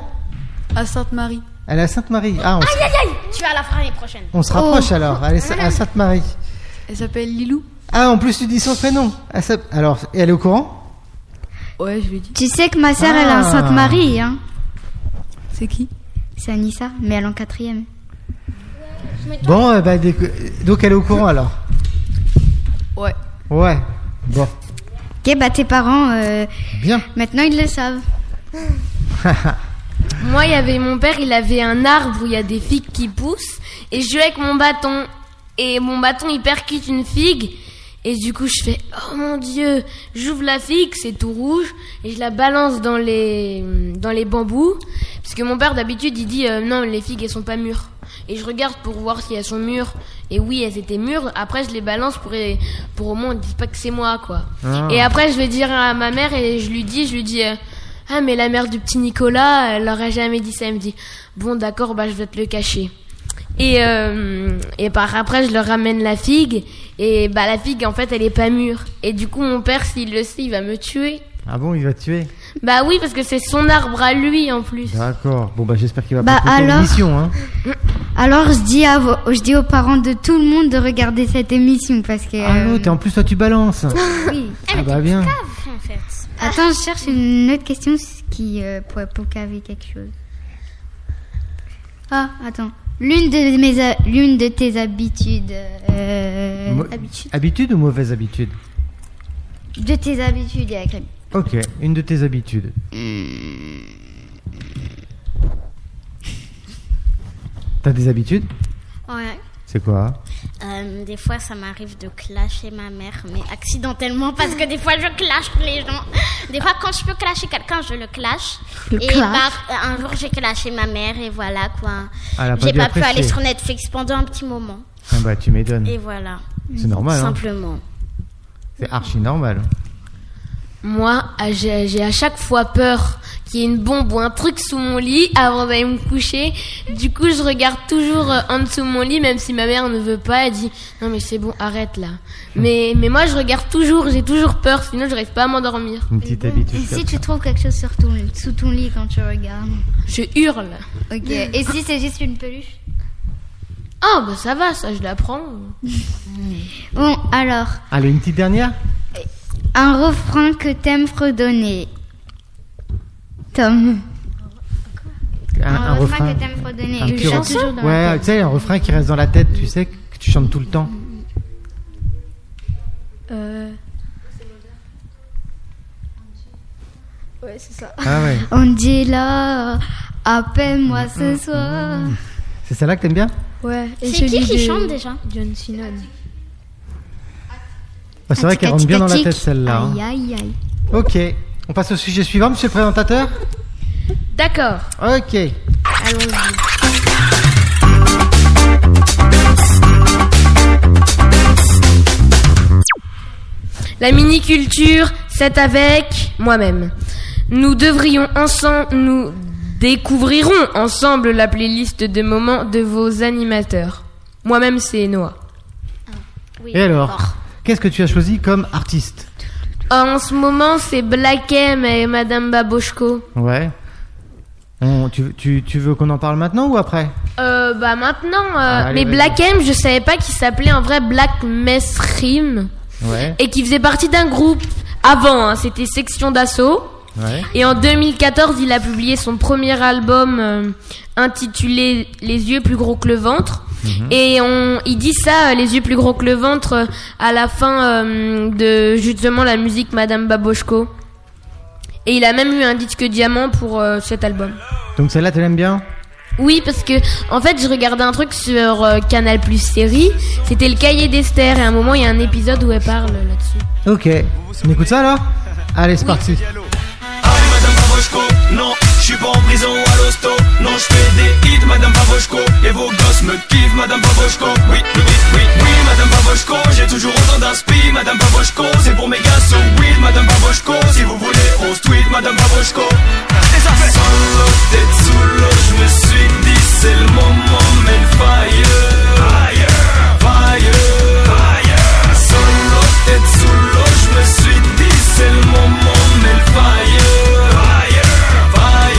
E: À Sainte-Marie.
B: Elle est à Sainte-Marie. Ah, on, se-
F: Tu vas la faire l'année prochaine.
B: on se rapproche alors. Elle est à Sainte-Marie.
E: Oh, Elle s'appelle Lilou.
B: Ah en plus tu dis son prénom. Elle s'app- alors et elle est au courant
E: Ouais, je l'ai dit.
C: Tu sais que ma sœur, elle est
B: Ah.
C: en Sainte-Marie, hein
E: C'est qui
C: C'est Anissa, mais elle est en quatrième.
B: Bon eh ben, dès que- donc elle est au courant alors.
E: Ouais.
B: Ouais. Bon
C: Ok, bah tes parents, euh,
B: bien.
C: maintenant ils le savent.
A: Moi, il y avait mon père, il avait un arbre où il y a des figues qui poussent, et je jouais avec mon bâton. Et mon bâton, il percute une figue, et du coup, je fais Oh mon dieu J'ouvre la figue, c'est tout rouge, et je la balance dans les, dans les bambous. Parce que mon père, d'habitude, il dit euh, Non, les figues, elles sont pas mûres. Et je regarde pour voir si elles sont mûres. Et oui, elles étaient mûres. Après, je les balance pour, pour au moins on dise pas que c'est moi, quoi.
B: Ah.
A: Et après, je vais dire à ma mère et je lui dis, je lui dis, euh, ah mais la mère du petit Nicolas, elle aurait jamais dit ça. Elle me dit, bon d'accord, bah je vais te le cacher. Et euh, et par après, je leur ramène la figue et bah la figue en fait elle est pas mûre. Et du coup mon père s'il le sait, il va me tuer.
B: Ah bon il va te tuer.
A: Bah oui parce que c'est son arbre à lui en plus.
B: D'accord. Bon bah j'espère qu'il va
C: Bah,
B: proposer une
C: alors
B: mission hein.
C: Alors je dis, à vo- je dis aux parents de tout le monde de regarder cette émission parce que.
B: Ah
C: euh,
B: non, t'es- en plus toi tu balances.
C: oui. Eh,
B: Ah bah bien.
F: En fait.
C: Attends, je cherche une autre question qui euh, pourrait poucaver quelque chose. Ah, attends. L'une de, mes ha- l'une de tes habitudes. euh,
B: Mo-
C: habitude-
B: Habitude ou mauvaise habitude
C: De tes habitudes, il y a écrit.
B: Ok, une de tes habitudes.
C: Hmm.
B: T'as des habitudes
C: Ouais.
B: C'est quoi
F: Euh, des fois, ça m'arrive de clasher ma mère, mais accidentellement, parce que des fois, je clash les gens. Des fois, quand je peux clasher quelqu'un, je le clash. et bah, un jour, j'ai clashé ma mère, et voilà quoi.
B: Ah, elle a pas
F: J'ai
B: dû
F: pas pu
B: apprécier.
F: aller sur Netflix pendant un petit moment.
B: Ah bah tu m'étonnes.
F: Et voilà,
B: C'est normal, hein
F: simplement.
B: c'est archi normal.
A: Moi, ah, j'ai j'ai à chaque fois peur qu'il y ait une bombe ou un truc sous mon lit avant d'aller me coucher. Du coup, je regarde toujours euh, en dessous de mon lit, même si ma mère ne veut pas. Elle dit non mais c'est bon, arrête là. Mais mais moi, je regarde toujours. J'ai toujours peur, sinon je n'arrive pas à m'endormir.
B: Une petite
C: Et
B: habitude.
C: si tu trouves quelque chose sur ton, sous ton lit quand tu regardes
A: Je hurle.
C: Ok. Et si c'est juste une peluche
A: Ah bah ça va, ça je l'apprends.
C: Bon, alors.
B: Allez, une petite dernière
C: Un refrain que t'aimes fredonner. Tom.
B: Un, un refrain.
C: que t'aimes fredonner.
B: Un
C: Je
B: petit
C: chante
B: refrain.
C: toujours dans la
B: Ouais, tu sais, un refrain qui reste dans la tête, tu sais, que tu chantes tout le temps.
E: Euh,
B: Ah ouais. Mm.
C: Angela, appelle-moi ce soir.
B: C'est celle-là que t'aimes bien
E: ouais. et
F: C'est qui
E: celui
F: qui
E: de
F: chante déjà
G: John Sinon.
B: Ah, C'est vrai qu'elle rentre bien dans la tête
G: Ah,
B: celle-là. hein.
C: Aïe aïe aïe.
B: Ok. On passe au sujet suivant, monsieur le présentateur
A: D'accord.
B: Ok.
A: La mini-culture, c'est avec moi-même. Nous devrions ensemble, nous Découvrirons ensemble la playlist de moments de vos animateurs. Moi-même, c'est Noah.
F: Oui,
B: Et alors Qu'est-ce que tu as choisi comme artiste
A: En ce moment, c'est Black M et Madame Babochko.
B: Ouais. On- tu, tu- tu veux qu'on en parle maintenant ou après
A: Euh, bah maintenant, euh,
B: Ah, allez,
A: mais
B: vas-y.
A: Black M, je savais pas qu'il s'appelait en vrai Black Mesrim
B: Ouais.
A: et qu'il faisait partie d'un groupe avant, hein, c'était Section d'Assaut.
B: Ouais.
A: Et en 2014, il a publié son premier album euh, intitulé Les yeux plus gros que le ventre. Et on, il dit ça, euh, les yeux plus gros que le ventre, euh, à la fin euh, de justement la musique Madame Babochko. Et il a même eu un disque diamant pour euh, cet album.
B: Donc celle-là, tu l'aimes bien
A: Oui, parce que en fait, je regardais un truc sur euh, Canal Plus série. C'était le cahier d'Esther. Et à un moment, il y a un épisode où elle parle là-dessus.
B: Ok. On écoute ça alors Allez, c'est parti.
I: Allez Madame Pavoshko, non, je suis pas en prison à l'hosto Non, je fais des hits Madame Pavoshko Et vos gosses me kiffent Madame Pavoshko Oui, oui, oui, oui Madame Pavoshko J'ai toujours autant d'inspi Madame Pavoshko C'est pour mes gars so weed Madame Pavoshko Si vous voulez on se tweet Madame Pavoshko Et ça fait Solo, tête sous l'eau Je me suis dit c'est le moment Mais fire Fire Fire Fire Solo, tête sous l'eau Je me suis dit c'est le moment Mais fire Fire Fire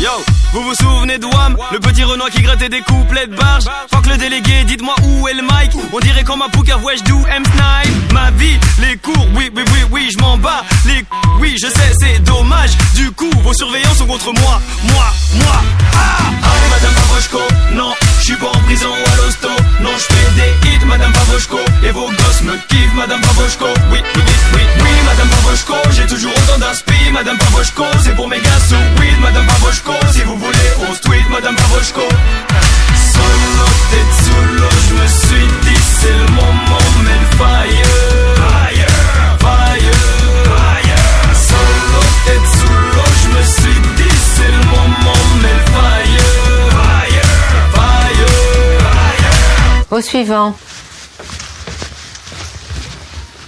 I: Yo, vous vous souvenez de Wham Le petit Renoir qui grattait des couplets de barge Fuck le délégué, dites-moi où est le mic On dirait comme un pouca, wesh, d'où M9 Ma vie, les cours, oui, oui, oui, oui, je m'en bats Les c- oui, je sais, c'est dommage Du coup, vos surveillants sont contre moi Moi, moi, ah Allez, Madame Pavoshko, non, je suis pas en prison à l'hosto Non, je fais des hits, Madame Pavoshko Et vos gosses me kiffent, Madame Pavoshko Oui, oui, oui, oui, Madame Pavoshko J'ai toujours autant d'inspi, Madame Pavoshko C'est pour mes gars sous weed, Madame Pavoshko Si vous voulez, on se tweet, Madame Pavoshko Solo, tête sous l'eau, je me suis dit c'est le moment, mais le fire Fire, fire, fire Solo, tête sous l'eau, je me suis dit c'est le moment, mais le fire Fire, fire
J: Au suivant.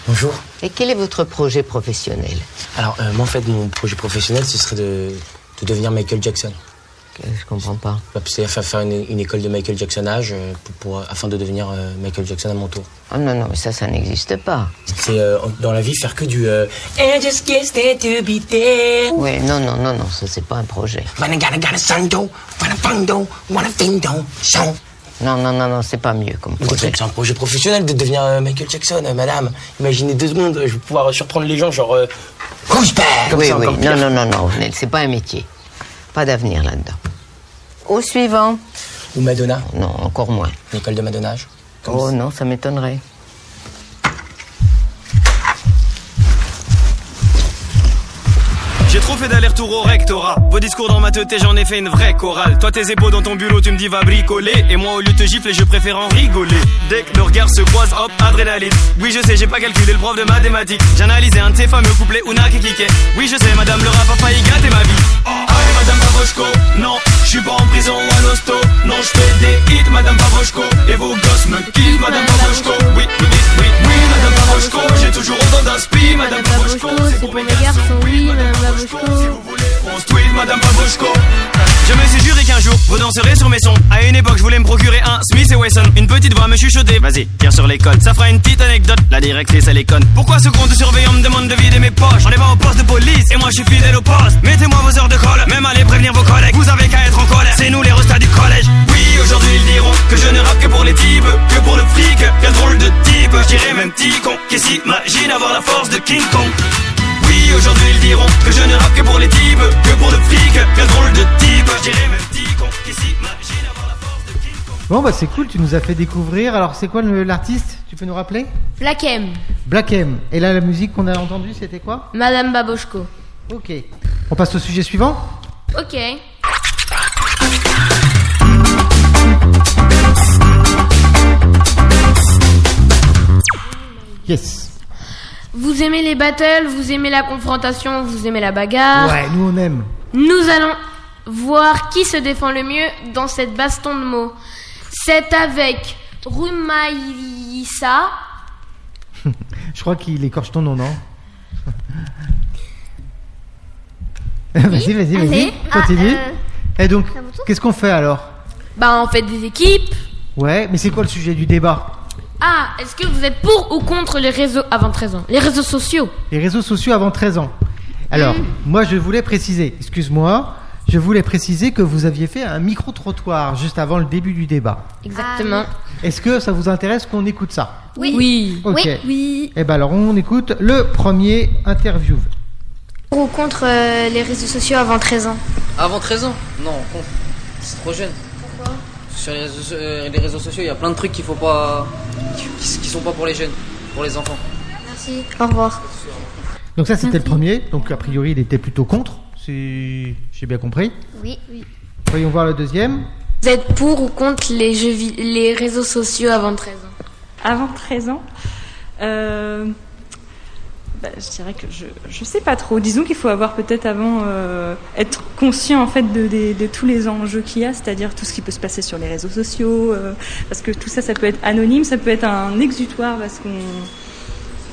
K: Bonjour.
J: Et quel est votre projet professionnel
K: Alors, euh, moi, en fait, mon projet professionnel, ce serait de, de devenir Michael Jackson.
J: Euh, Je comprends pas.
K: Bah, C'est-à-dire faire, faire une, une école de Michael Jackson âge euh, pour, pour- afin de devenir euh, Michael Jackson à mon tour.
J: Oh non, non, mais ça, ça n'existe pas.
K: C'est euh, en- dans la vie faire que du. euh, I just guessed it to be there.
J: Oui, non, non, non, non, ça, c'est pas un projet.
K: Wanna gotta gotta sundo, wanna fundo, wanna findo, son.
J: Non, non, non, non, c'est pas mieux comme
K: Mais
J: projet.
K: C'est c'est un projet professionnel de devenir euh, Michael Jackson, euh, madame. Imaginez deux secondes, euh, je vais pouvoir surprendre les gens, genre. euh, Who's back Comme
J: oui,
K: ça,
J: oui,
K: encore
J: non,
K: pire.
J: non, non, non, Nel, c'est pas un métier. Pas d'avenir là-dedans. Au suivant
K: Ou Madonna,
J: Non, encore moins.
K: l'école de Madonna. âge. Comme
J: Oh non, ça m'étonnerait.
I: J'ai trop fait d'aller-retour au rectorat. Vos discours dans ma tête, j'en ai fait une vraie chorale. Toi, tes épaules dans ton bulot, tu me dis va bricoler. Et moi, au lieu de te gifler, je préfère en rigoler. Dès que nos regards se croisent, hop, adrénaline. Oui, je sais, j'ai pas calculé le prof de mathématiques. J'analysais un de ces fameux couplets Ouna qui kickait. Oui, je sais, madame le rap a failli gâter ma vie. Allez, madame Pavoshko, non, je suis pas en prison ou à l'hosto. Non, je fais des hits, madame Pavoshko. Et vos gosses me kiffent, madame Pavoshko. Oui, oui, oui, oui, oui, madame Pavoshko. J'ai toujours autant d'inspi, madame Pavoshko. C'est pour mes garçons, oui,
A: euh,
I: madame Pavoshko. Si vous voulez, on se tweet, madame Pavoshko. Je me suis juré qu'un jour, vous danserez sur mes sons. À une époque, je voulais me procurer un Smith et Wesson. Une petite voix me chuchotait. Vas-y, tire sur les codes. Ça fera une petite anecdote. La directrice, elle est conne. Pourquoi ce compte de surveillant me demande de vider mes poches On est pas au poste de police et moi je suis fidèle au poste. Mettez-moi vos heures de colle, même allez prévenir vos collègues. Vous avez qu'à être en colère. C'est nous les restats du collège. Oui, aujourd'hui ils diront que je ne rappe que pour les types, que pour le fric. Quel drôle de type, je dirais même petit con. Qui s'imagine avoir la force de King Kong oui, aujourd'hui ils diront que je ne rappe que pour les types, que pour le fric, quel drôle de type, je dirais même petit con, qui s'imagine avoir la force de King Kong.
B: Bon, bah c'est cool, tu nous as fait découvrir. Alors, c'est quoi le- l'artiste Tu peux nous rappeler
A: Black M,
B: Black M. Et là, la musique qu'on a entendue, c'était quoi
A: Madame Babochko.
B: Ok. On passe au sujet suivant
A: Ok.
B: Yes.
A: Vous aimez les battles, vous aimez la confrontation, vous aimez la bagarre.
B: Ouais, nous on aime.
A: Nous allons voir qui se défend le mieux dans cette baston de mots. C'est avec Rumaïsa,
B: Je crois qu'il écorche ton nom, non vas-y, vas-y, vas-y.
A: Allez.
B: Continue.
A: Ah,
B: Et donc, qu'est-ce qu'on fait alors
A: Bah, on fait des équipes.
B: Ouais, mais c'est quoi le sujet du débat
A: Ah, est-ce que vous êtes pour ou contre les réseaux avant 13 ans Les réseaux sociaux. Mm.
B: Les réseaux sociaux avant 13 ans. Alors, moi, je voulais préciser, excuse-moi, je voulais préciser que vous aviez fait un micro-trottoir juste avant le début du débat. Ah.
A: Exactement.
B: Est-ce que ça vous intéresse qu'on écoute ça
A: Oui. Oui.
B: Ok. Eh ben alors, on écoute le premier interview.
L: Pour ou contre euh, les réseaux sociaux avant 13 ans
M: Avant 13 Ah, ans Non, con. C'est trop jeune. Pourquoi Sur les réseaux, so- euh, les réseaux sociaux, il y a plein de trucs qu'il faut pas. qui, qui sont pas pour les jeunes, pour les enfants.
L: Merci. Au revoir.
B: Donc ça, c'était le premier. Donc a priori, il était plutôt contre, si j'ai bien compris.
L: Oui, oui.
B: Voyons voir le deuxième.
A: Vous êtes pour ou contre les, jeux vi- les réseaux sociaux avant 13 ans
N: Avant 13 ans euh, bah, Je dirais que je ne sais pas trop. Disons qu'il faut avoir peut-être avant euh, être conscient en fait de, des- de tous les enjeux qu'il y a, c'est-à-dire tout ce qui peut se passer sur les réseaux sociaux, euh, parce que tout ça, ça peut être anonyme, ça peut être un exutoire, parce qu'on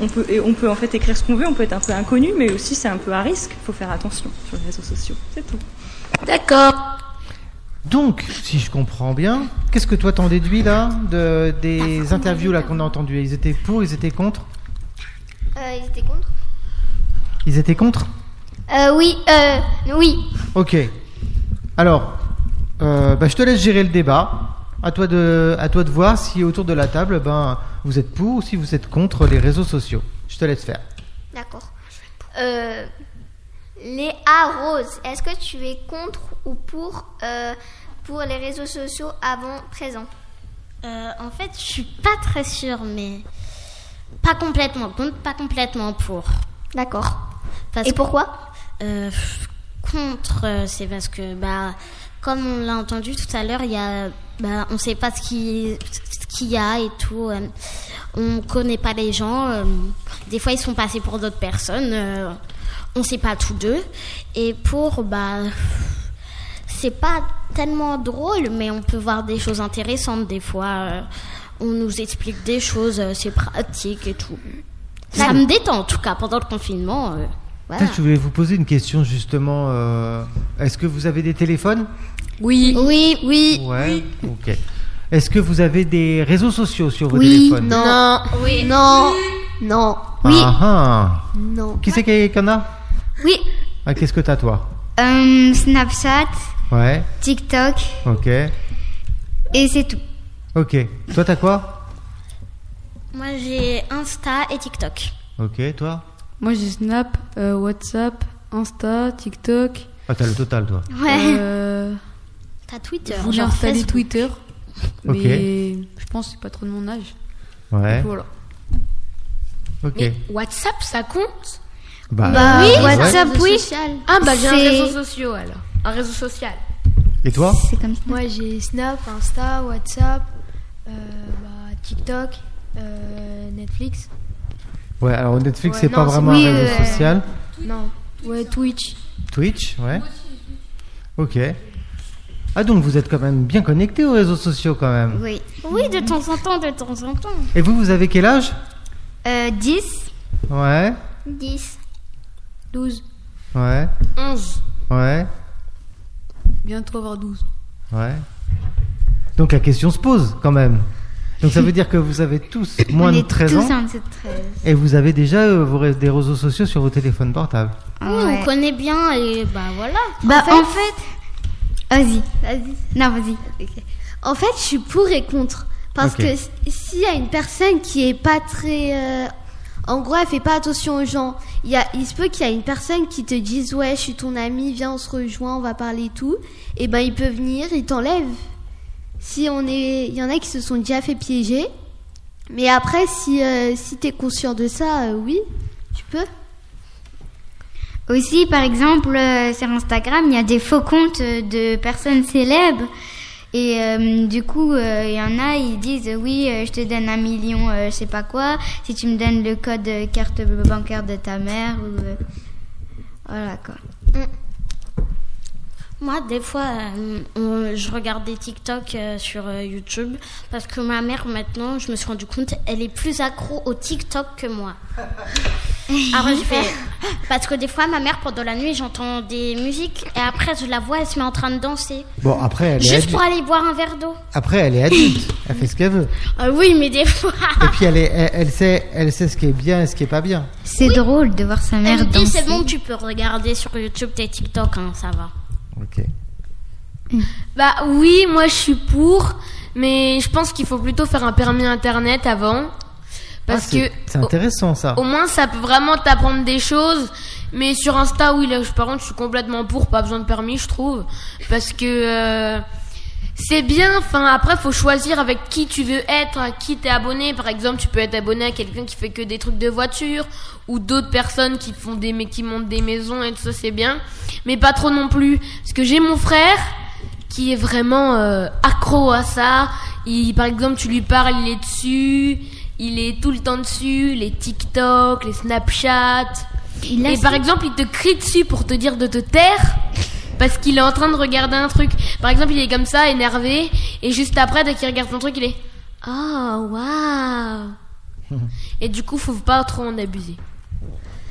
N: on peut, et on peut en fait écrire ce qu'on veut, on peut être un peu inconnu, mais aussi c'est un peu à risque. Il faut faire attention sur les réseaux sociaux. C'est tout.
A: D'accord.
B: Donc, si je comprends bien, qu'est-ce que toi t'en déduis là de,
L: Ah,
B: des interviews là qu'on a entendues Ils étaient pour, ils étaient contre
H: Euh, ils étaient contre
B: Ils étaient contre
H: Euh, oui, euh, oui.
B: Ok. Alors, euh, bah, je te laisse gérer le débat. À toi de, à toi de voir si autour de la table, ben, vous êtes pour ou si vous êtes contre les réseaux sociaux. Je te laisse faire.
H: D'accord. Euh, Léa Rose, est-ce que tu es contre ou pour, euh, pour les réseaux sociaux avant présent
F: Euh, en fait, je suis pas très sûre, mais pas complètement contre, pas complètement pour.
H: D'accord. Et pourquoi
F: euh, Contre, euh, c'est parce que, bah, comme on l'a entendu tout à l'heure, il y a, bah, on sait pas ce qui- ce qu'il y a et tout. euh, on connaît pas les gens. euh, des fois, ils sont passés pour d'autres personnes. euh, on sait pas tous d'eux. Et pour, bah, c'est pas tellement drôle, mais on peut voir des choses intéressantes des fois. euh, on nous explique des choses, euh, c'est pratique et tout. Ça me détend en tout cas pendant le confinement. euh,
L: Ah.
F: voilà.
B: Peut-être Je voulais vous poser une question justement. euh, Est-ce que vous avez des téléphones
A: Oui.
F: Oui, oui.
B: Ouais. Ok. Est-ce que vous avez des réseaux sociaux sur vos
D: Oui,
B: téléphones
D: non, oui, non, non, oui,
B: Ah, ah.
D: non.
B: Qui c'est qui en a
C: Oui.
B: Ah, Qu'est-ce que t'as toi
C: Euh, Snapchat,
B: Ouais.
C: TikTok,
B: Ok.
C: et c'est tout.
B: Ok. Toi t'as quoi
F: Moi, j'ai Insta et TikTok.
B: Ok. Toi
E: Moi j'ai Snap, euh, WhatsApp, Insta, TikTok.
B: Ah t'as le total toi.
E: Ouais. Euh,
F: T'as Twitter.
E: je voulais
F: genre
E: installer
F: Facebook.
E: Twitter, mais
B: Ok.
E: je pense que c'est pas trop de mon âge.
B: Ouais.
E: Et voilà.
B: Ok.
A: WhatsApp, ça compte
B: Bah,
A: Bah
B: ouais.
A: oui, WhatsApp,
D: oui.
A: Ah, bah j'ai un
D: C'est-
A: réseau social alors. Un réseau social.
B: Et toi
G: Moi j'ai Snap, Insta, WhatsApp, euh, bah, TikTok, euh, Netflix.
B: Ouais. Alors Netflix
G: Ouais,
B: c'est
G: non,
B: pas
G: c'est-
B: vraiment
G: oui,
B: un réseau
G: euh,
B: social.
G: Non. Ouais, Twitch.
B: Twitch. Ouais. Ok. Ah donc vous êtes quand même bien connecté aux réseaux sociaux quand même.
C: Oui.
F: Oui, de temps en temps, de temps en temps.
B: Et vous vous avez quel âge
C: Euh, 10,
B: Ouais.
H: 10,
E: 12,
B: Ouais.
A: 11.
B: Ouais.
E: bientôt avoir 12.
B: Ouais. Donc la question se pose quand même. Donc ça veut dire que vous avez tous moins
C: on
B: de
C: est
B: 13
C: tous
B: ans
C: en dessous de 13.
B: et vous avez déjà euh, vos ré- des réseaux sociaux sur vos téléphones portables.
F: Oui, on connaît bien et bah voilà.
C: Bah, en
D: fait,
C: Vas-y.
D: vas-y.
C: Non, vas-y.
D: Ok. En fait, je suis pour et contre. Parce
B: Ok.
D: que s- s'il y a une personne qui est pas très. euh, en gros, elle fait pas attention aux gens. Il, y a, il se peut qu'il y a une personne qui te dise Ouais, je suis ton ami, viens, on se rejoint, on va parler et tout. Et ben, il peut venir, il t'enlève. Si on est. Il y en a qui se sont déjà fait piéger. Mais après, si, euh, si t'es conscient de ça, euh, oui, tu peux.
C: Aussi, par exemple, euh, sur Instagram, il y a des faux comptes euh, de personnes célèbres. Et euh, du coup, euh, il y en a, ils disent euh, oui, euh, je te donne un million, euh, je sais pas quoi, si tu me donnes le code euh, carte bancaire de ta mère. Ou, euh, voilà quoi.
F: Mm. Moi, des fois, euh, on- je regarde des TikTok euh, sur euh, YouTube parce que ma mère, maintenant, je me suis rendu compte, elle est plus accro au TikTok que moi. Alors, je fais Parce que des fois, ma mère, pendant la nuit, j'entends des musiques et après, je la vois, elle se met en train de danser.
B: Bon, après, elle est
F: Juste pour
B: adulte.
F: aller boire un verre d'eau.
B: Après, elle est adulte. Elle fait ce qu'elle veut.
F: Ah oui, mais des fois.
B: Et puis, elle, est, elle, elle sait, elle sait ce qui est bien et ce qui est pas bien.
C: C'est drôle de voir sa mère
F: Elle me dit,
C: danser.
F: c'est bon, tu peux regarder sur YouTube tes TikTok, hein, ça va.
B: Ok.
A: Bah oui, moi je suis pour, mais je pense qu'il faut plutôt faire un permis internet avant.
B: Ah,
A: Parce
B: c'est-
A: que
B: C'est intéressant, ça.
A: au moins ça peut vraiment t'apprendre des choses. Mais sur Insta, oui, là, je- par contre, je suis complètement pour, pas besoin de permis, je trouve. Parce que euh, c'est bien, enfin, après, faut choisir avec qui tu veux être, à qui t'es abonné. Par exemple, tu peux être abonné à quelqu'un qui fait que des trucs de voiture, ou d'autres personnes qui font des, mais qui montent des maisons et tout ça, c'est bien. Mais pas trop non plus. Parce que j'ai mon frère, qui est vraiment euh, accro à ça. Il, par exemple, tu lui parles, il est dessus, il est tout le temps dessus, les TikTok, les Snapchat.
C: a
A: Et
C: ce-
A: par exemple, il te crie dessus pour te dire de te taire parce qu'il est en train de regarder un truc. Par exemple, il est comme ça, énervé, et juste après, dès qu'il regarde son truc, il est Oh, waouh Et du coup, faut pas trop en abuser.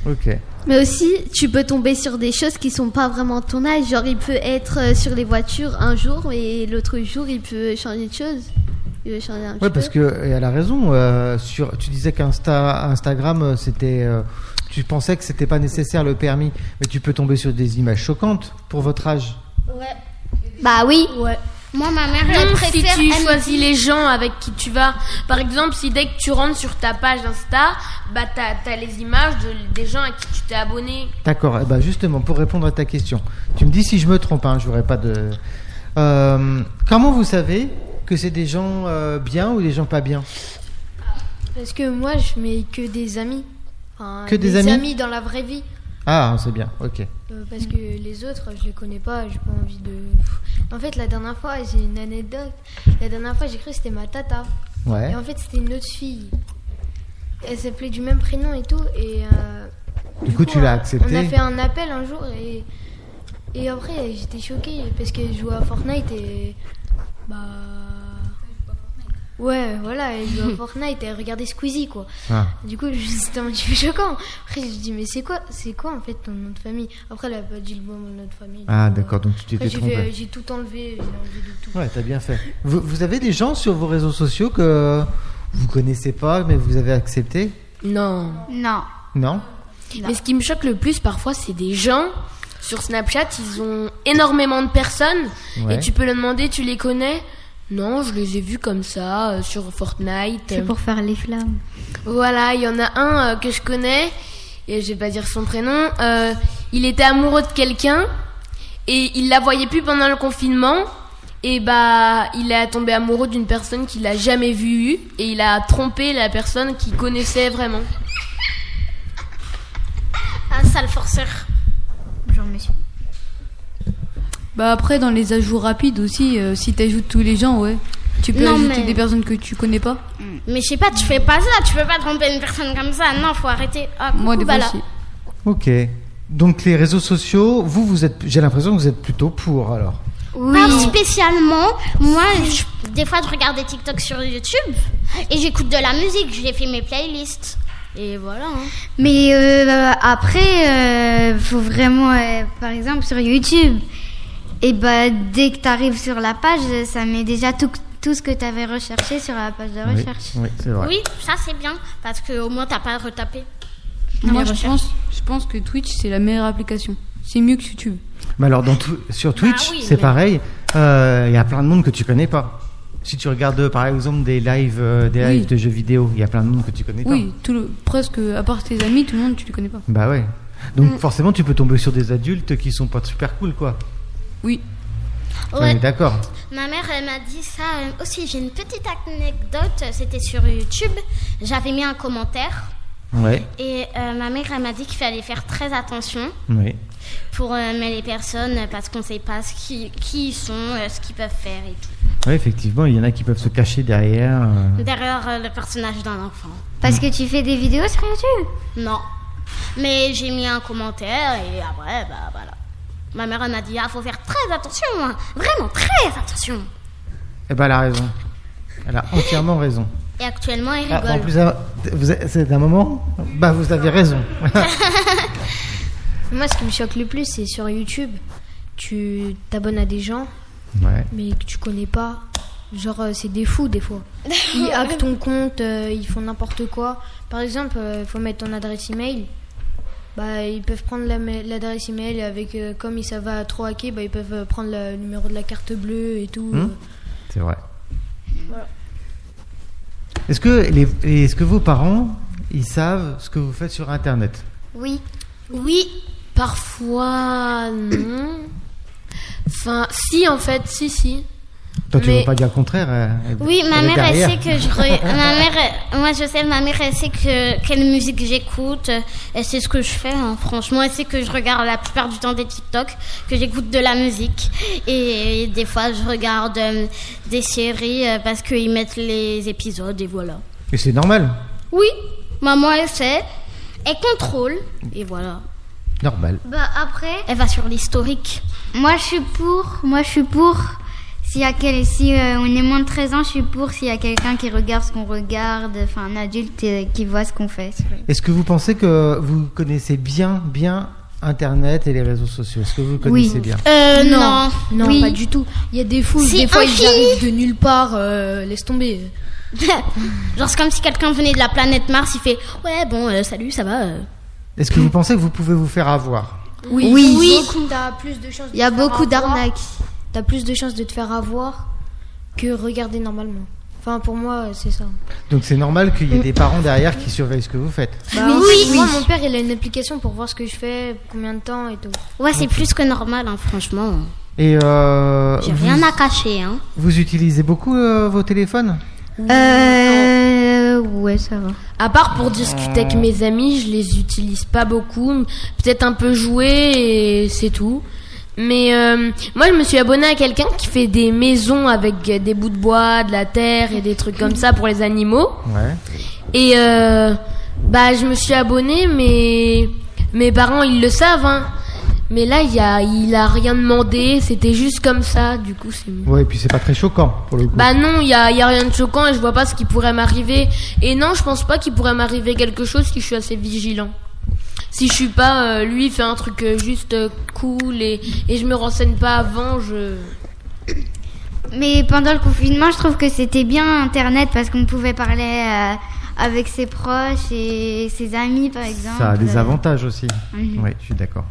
B: Ok.
D: Mais aussi, tu peux tomber sur des choses qui sont pas vraiment de ton âge. Genre, il peut être euh, sur les voitures un jour et l'autre jour, il peut changer de chose. Il veut changer un petit
B: Ouais, parce
D: peu.
B: que et elle a raison. euh, sur, tu disais qu'Insta, Instagram, euh, c'était. euh, tu pensais que c'était pas nécessaire le permis, mais tu peux tomber sur des images choquantes pour votre âge.
F: Ouais.
A: Bah oui.
F: Moi, ma mère, elle
A: Non, si
F: préfère.
A: tu
F: elle me dit-
A: choisis les gens avec qui tu vas. Par exemple, si dès que tu rentres sur ta page Insta, bah t'as as les images de- des gens à qui tu t'es abonné.
B: D'accord. Et ben justement, pour répondre à ta question, tu me dis si je me trompe. Hein, j'aurais pas de. Euh, comment vous savez que c'est des gens euh, bien ou des gens pas bien
G: Parce que moi, je mets que des amis. Enfin,
B: Que des
G: des
B: amis
G: dans la vraie vie.
B: Ah, c'est bien. Ok.
G: Euh, parce que les autres, je les connais pas, j'ai pas envie de. En fait, la dernière fois, j'ai une anecdote. La dernière fois, j'ai cru que c'était ma tata.
B: Ouais.
G: Et en fait, c'était une autre fille. Elle s'appelait du même prénom et tout. Et euh,
B: Du coup, tu l'as accepté.
G: on a fait un appel un jour et. Et après, j'étais choquée parce qu'elle jouait à Fortnite et. Bah. Ouais, voilà, elle jouait à Fortnite et elle regardait Squeezie quoi.
B: Ah.
G: Du coup, je- c'était un petit peu choquant. Après, je me dis, mais c'est quoi, c'est quoi en fait ton nom de famille Après, elle a pas dit le bon nom de notre famille.
B: Ah,
G: du coup,
B: d'accord,
G: euh,
B: donc tu t'étais
G: après, j'ai
B: trompée.
G: fait- J'ai tout enlevé, j'ai enlevé de tout.
B: Ouais, t'as bien fait. Vous, vous avez des gens sur vos réseaux sociaux que vous connaissez pas, mais vous avez accepté
A: Non.
C: Non.
B: Non
A: Mais ce qui me choque le plus parfois, c'est des gens sur Snapchat, ils ont énormément de personnes
B: Ouais.
A: et tu peux leur demander, tu les connais Non, je les ai vus comme ça euh, sur Fortnite.
C: C'est pour faire les flammes.
A: Voilà, il y en a un euh, que je connais, et je vais pas dire son prénom. euh, il était amoureux de quelqu'un et il la voyait plus pendant le confinement. Et bah, il est tombé amoureux d'une personne qu'il a jamais vue et il a trompé la personne qu'il connaissait vraiment.
F: Un Ah, sale forceur.
C: Genre, monsieur.
E: Bah après, dans les ajouts rapides aussi, euh, si t'ajoutes tous les gens, ouais. Tu peux
F: Non,
E: ajouter
F: mais-
E: des personnes que tu connais pas.
F: Mais je sais pas, tu fais pas ça, tu peux pas tromper une personne comme ça. Non, faut arrêter. Ah,
E: Moi,
F: coucou,
E: des fois
F: Bala.
E: aussi.
B: Ok. Donc les réseaux sociaux, vous, vous êtes. J'ai l'impression que vous êtes plutôt pour alors.
F: Pas spécialement. Moi, je- des fois, je regarde des TikTok sur YouTube et j'écoute de la musique. J'ai fait mes playlists. Et voilà. hein.
C: Mais euh, après, euh, faut vraiment, euh, par exemple, sur YouTube, et bah dès que t'arrives sur la page, ça met déjà tout, tout ce que t'avais recherché sur la page de
B: Oui,
C: recherche.
B: oui, c'est vrai.
F: Oui, ça c'est bien parce que au moins t'as pas à retaper.
E: Moi,
F: les
E: je
F: recherches.
E: pense, je pense que Twitch, c'est la meilleure application. C'est mieux que YouTube.
B: Mais alors dans tout- sur Twitch,
E: Ah oui,
B: c'est
E: mais-
B: pareil. Euh, Il y a plein de monde que tu connais pas. Si tu regardes euh, par exemple des lives, euh, des
E: Oui.
B: lives de jeux vidéo, il y a plein de monde que tu connais
E: Oui,
B: pas.
E: tout le, presque, à part tes amis, tout le monde, tu les connais pas.
B: Bah ouais. Donc
E: Mm.
B: forcément, tu peux tomber sur des adultes qui sont pas super cool, quoi.
E: Oui.
B: On est D'accord.
F: Ma mère, elle m'a dit ça euh, aussi. J'ai une petite anecdote. C'était sur YouTube. J'avais mis un commentaire
B: Ouais.
F: et euh, ma mère, elle m'a dit qu'il fallait faire très attention
B: Oui.
F: pour euh, aimer les personnes parce qu'on sait pas ce qui, qui ils sont, euh, ce qu'ils peuvent faire et tout.
B: Ouais, effectivement, il y en a qui peuvent se cacher derrière. euh,
E: Mm.
F: Derrière euh, le personnage d'un enfant.
C: Parce que tu fais des vidéos sur YouTube.
F: Non. Mais j'ai mis un commentaire et après, bah voilà. Ma mère, elle m'a dit, ah, faut faire très attention, hein. vraiment très attention.
B: Eh ben, elle a raison. Elle a entièrement raison.
F: Et actuellement, elle
B: Ah, en
F: rigole.
B: plus, ah, vous êtes- c'est d'un moment Bah, vous avez raison.
G: Moi, ce qui me choque le plus, c'est sur YouTube, tu t'abonnes à des gens,
B: Ouais.
G: mais que tu connais pas. Genre, euh, c'est des fous des fois. Ils hackent ton compte, euh, ils font n'importe quoi. Par exemple, il faut mettre ton adresse email. Bah, ils peuvent prendre la ma- l'adresse email avec, euh, comme ils savent à trop hacker, bah, ils peuvent euh, prendre le numéro de la carte bleue et tout.
B: Hmm. C'est vrai.
G: Voilà.
B: Est-ce que, les, et est-ce que vos parents, ils savent ce que vous faites sur Internet
A: Oui. Oui, parfois non. Enfin, si en fait, si, si.
B: Toi, tu ne
A: Mais-
B: veux pas dire le contraire euh,
F: Oui, ma
B: elle est
F: mère, elle
B: derrière.
F: sait que je. re- ma mère, elle- moi, je sais, ma mère, elle sait que quelle musique j'écoute. Elle sait ce que je fais. hein. Franchement, elle sait que je regarde la plupart du temps des TikTok, que j'écoute de la musique et, des fois, je regarde euh, des séries euh, parce qu'ils mettent les épisodes et voilà.
B: Et c'est normal.
F: Oui, maman, elle sait, elle contrôle et voilà.
B: Normal.
C: Bah après,
F: Elle va sur l'historique.
C: moi je suis pour, moi je suis pour. S'il y a quel, si euh, on est moins de 13 ans, je suis pour. S'il y a quelqu'un qui regarde ce qu'on regarde, enfin un adulte euh, qui voit ce qu'on fait.
B: Est-ce que vous pensez que vous connaissez bien, bien Internet et les réseaux sociaux Est-ce que vous
C: Oui.
B: connaissez bien
F: Euh,
G: non.
F: non.
G: Non,
F: Oui.
G: pas du tout. Il y a des fous,
F: C'est
G: des fois ils
F: infini.
G: arrivent de nulle part, euh, laisse tomber.
F: Genre, c'est comme si quelqu'un venait de la planète Mars, il fait Ouais, bon, euh, salut, ça va. euh.
B: Est-ce que vous pensez que vous pouvez vous faire avoir
G: Oui,
C: Oui.
G: T'as plus de chances.
D: Il y a beaucoup d'arnaques.
G: T'as plus de chances de te faire avoir que regarder normalement. Enfin, pour moi, c'est ça.
B: Donc c'est normal qu'il y
F: Mm.
B: ait des parents derrière qui surveillent ce que vous faites.
F: Bah, Oui.
G: Bah, Moi,
F: Oui.
G: mon père, il a une application pour voir ce que je fais, combien de temps et tout.
F: Ouais, c'est plus que normal, hein, franchement.
B: Et euh,
F: J'ai
B: vous,
F: rien à cacher, hein.
B: vous utilisez beaucoup euh, vos téléphones
C: Euh, ouais, ça va.
A: À part pour discuter avec mes amis, je les utilise pas beaucoup. Peut-être un peu jouer et c'est tout. Mais euh, moi, je me suis abonnée à quelqu'un qui fait des maisons avec des bouts de bois, de la terre et des trucs comme ça pour les animaux.
B: Ouais.
A: Et euh, bah, je me suis abonnée, mais mes parents, ils le savent. Hein. Mais là, il y a, il a rien demandé. C'était juste comme ça. Du coup, c'est mieux.
B: Ouais, et puis c'est pas très choquant pour le coup.
A: Bah non, il y a, y a rien de choquant et je vois pas ce qui pourrait m'arriver. Et non, je pense pas qu'il pourrait m'arriver quelque chose si je suis assez vigilant. Si je suis pas, euh, lui il fait un truc euh, juste euh, cool et, et je me renseigne pas avant, je...
C: Mais pendant le confinement, je trouve que c'était bien Internet parce qu'on pouvait parler euh, avec ses proches et ses amis, par exemple.
B: Ça a des
F: bah,
B: avantages aussi.
C: Mhm.
B: Oui, je suis d'accord.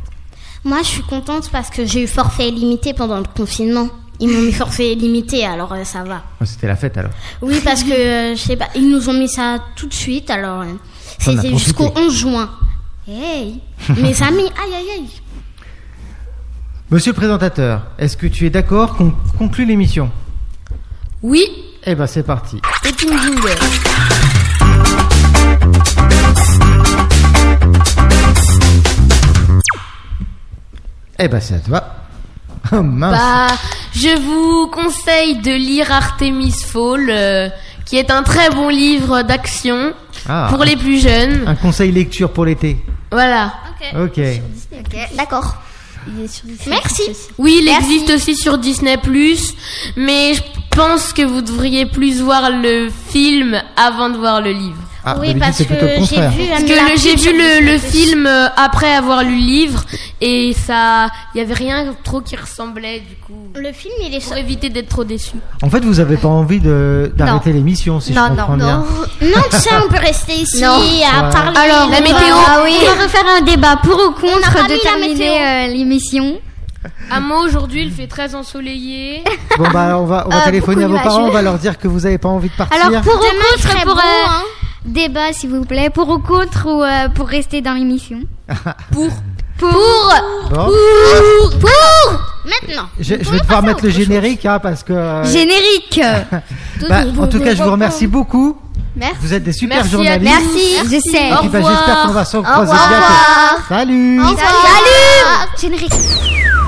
F: Moi, je suis contente parce que j'ai eu forfait illimité pendant le confinement. Ils m'ont mis forfait illimité, alors euh, ça va.
B: Oh, C'était la fête alors.
F: Oui, parce que, euh, je sais pas, ils nous ont mis ça tout de suite, alors. euh,
B: T'en as
F: C'était
B: profité.
F: jusqu'au 11 juin. Hey Mes amis, aïe aïe aïe
B: Monsieur le présentateur, est-ce que tu es d'accord qu'on conclue l'émission
A: Oui.
B: Eh ben c'est parti.
A: Et puis une jingle.
B: Eh ben c'est à toi. Oh mince.
A: Bah, je vous conseille de lire Artemis Fowl, euh, qui est un très bon livre d'action
B: Ah.
A: pour les plus jeunes.
B: Un conseil lecture pour l'été.
A: Voilà.
B: Ok.
H: D'accord.
F: Merci.
A: Oui, il existe aussi sur Disney+, mais je pense que vous devriez plus voir le film avant de voir le livre.
B: Ah, Oui, d'habitude, parce c'est plutôt le que j'ai contraire. vu
A: Parce
F: un
A: que le-
F: article
A: j'ai
F: sur
A: vu le,
F: Disney+.
A: le film euh, après avoir lu le livre et ça, il y avait rien trop qui ressemblait du coup.
F: Le film, il est
A: pour éviter d'être trop déçu.
B: En fait, vous avez pas envie de d'arrêter l'émission si je comprends bien.
F: Non, tu sais, on peut rester ici Ah.
C: Non.
F: à
B: Ouais.
F: parler.
C: Alors,
F: on
C: on
F: va-
C: va-
F: Ah oui.
C: on va refaire un débat pour ou
F: n'a pas
C: contre
F: mis
C: de
F: la
C: terminer euh, l'émission.
A: À moi aujourd'hui, il fait très ensoleillé.
B: Bon bah alors, on va on va
A: Euh,
B: téléphoner à vos
A: beaucoup de
B: parents, on
A: nuages.
B: va leur dire que vous avez pas envie de partir.
C: Alors, pour ou
F: Demain, il
C: contre,
F: ferait
C: pour
F: beau,
C: euh,
F: hein.
C: débat, s'il vous plaît, pour ou contre ou euh, pour rester dans l'émission
A: Pour
B: Bon.
A: Pour
C: Pour
F: Maintenant.
B: Je, je vais devoir mettre le générique hein, parce que. euh,
C: Générique
B: bah, en tout cas, je vous remercie beaucoup.
C: Merci.
B: Vous êtes des super
C: Merci à
B: journalistes.
C: tous. Merci. Je sais.
B: Et puis, bah,
C: Au revoir.
B: J'espère qu'on va se
C: Au
B: croiser
C: revoir.
B: bientôt. Salut.
C: Salut Générique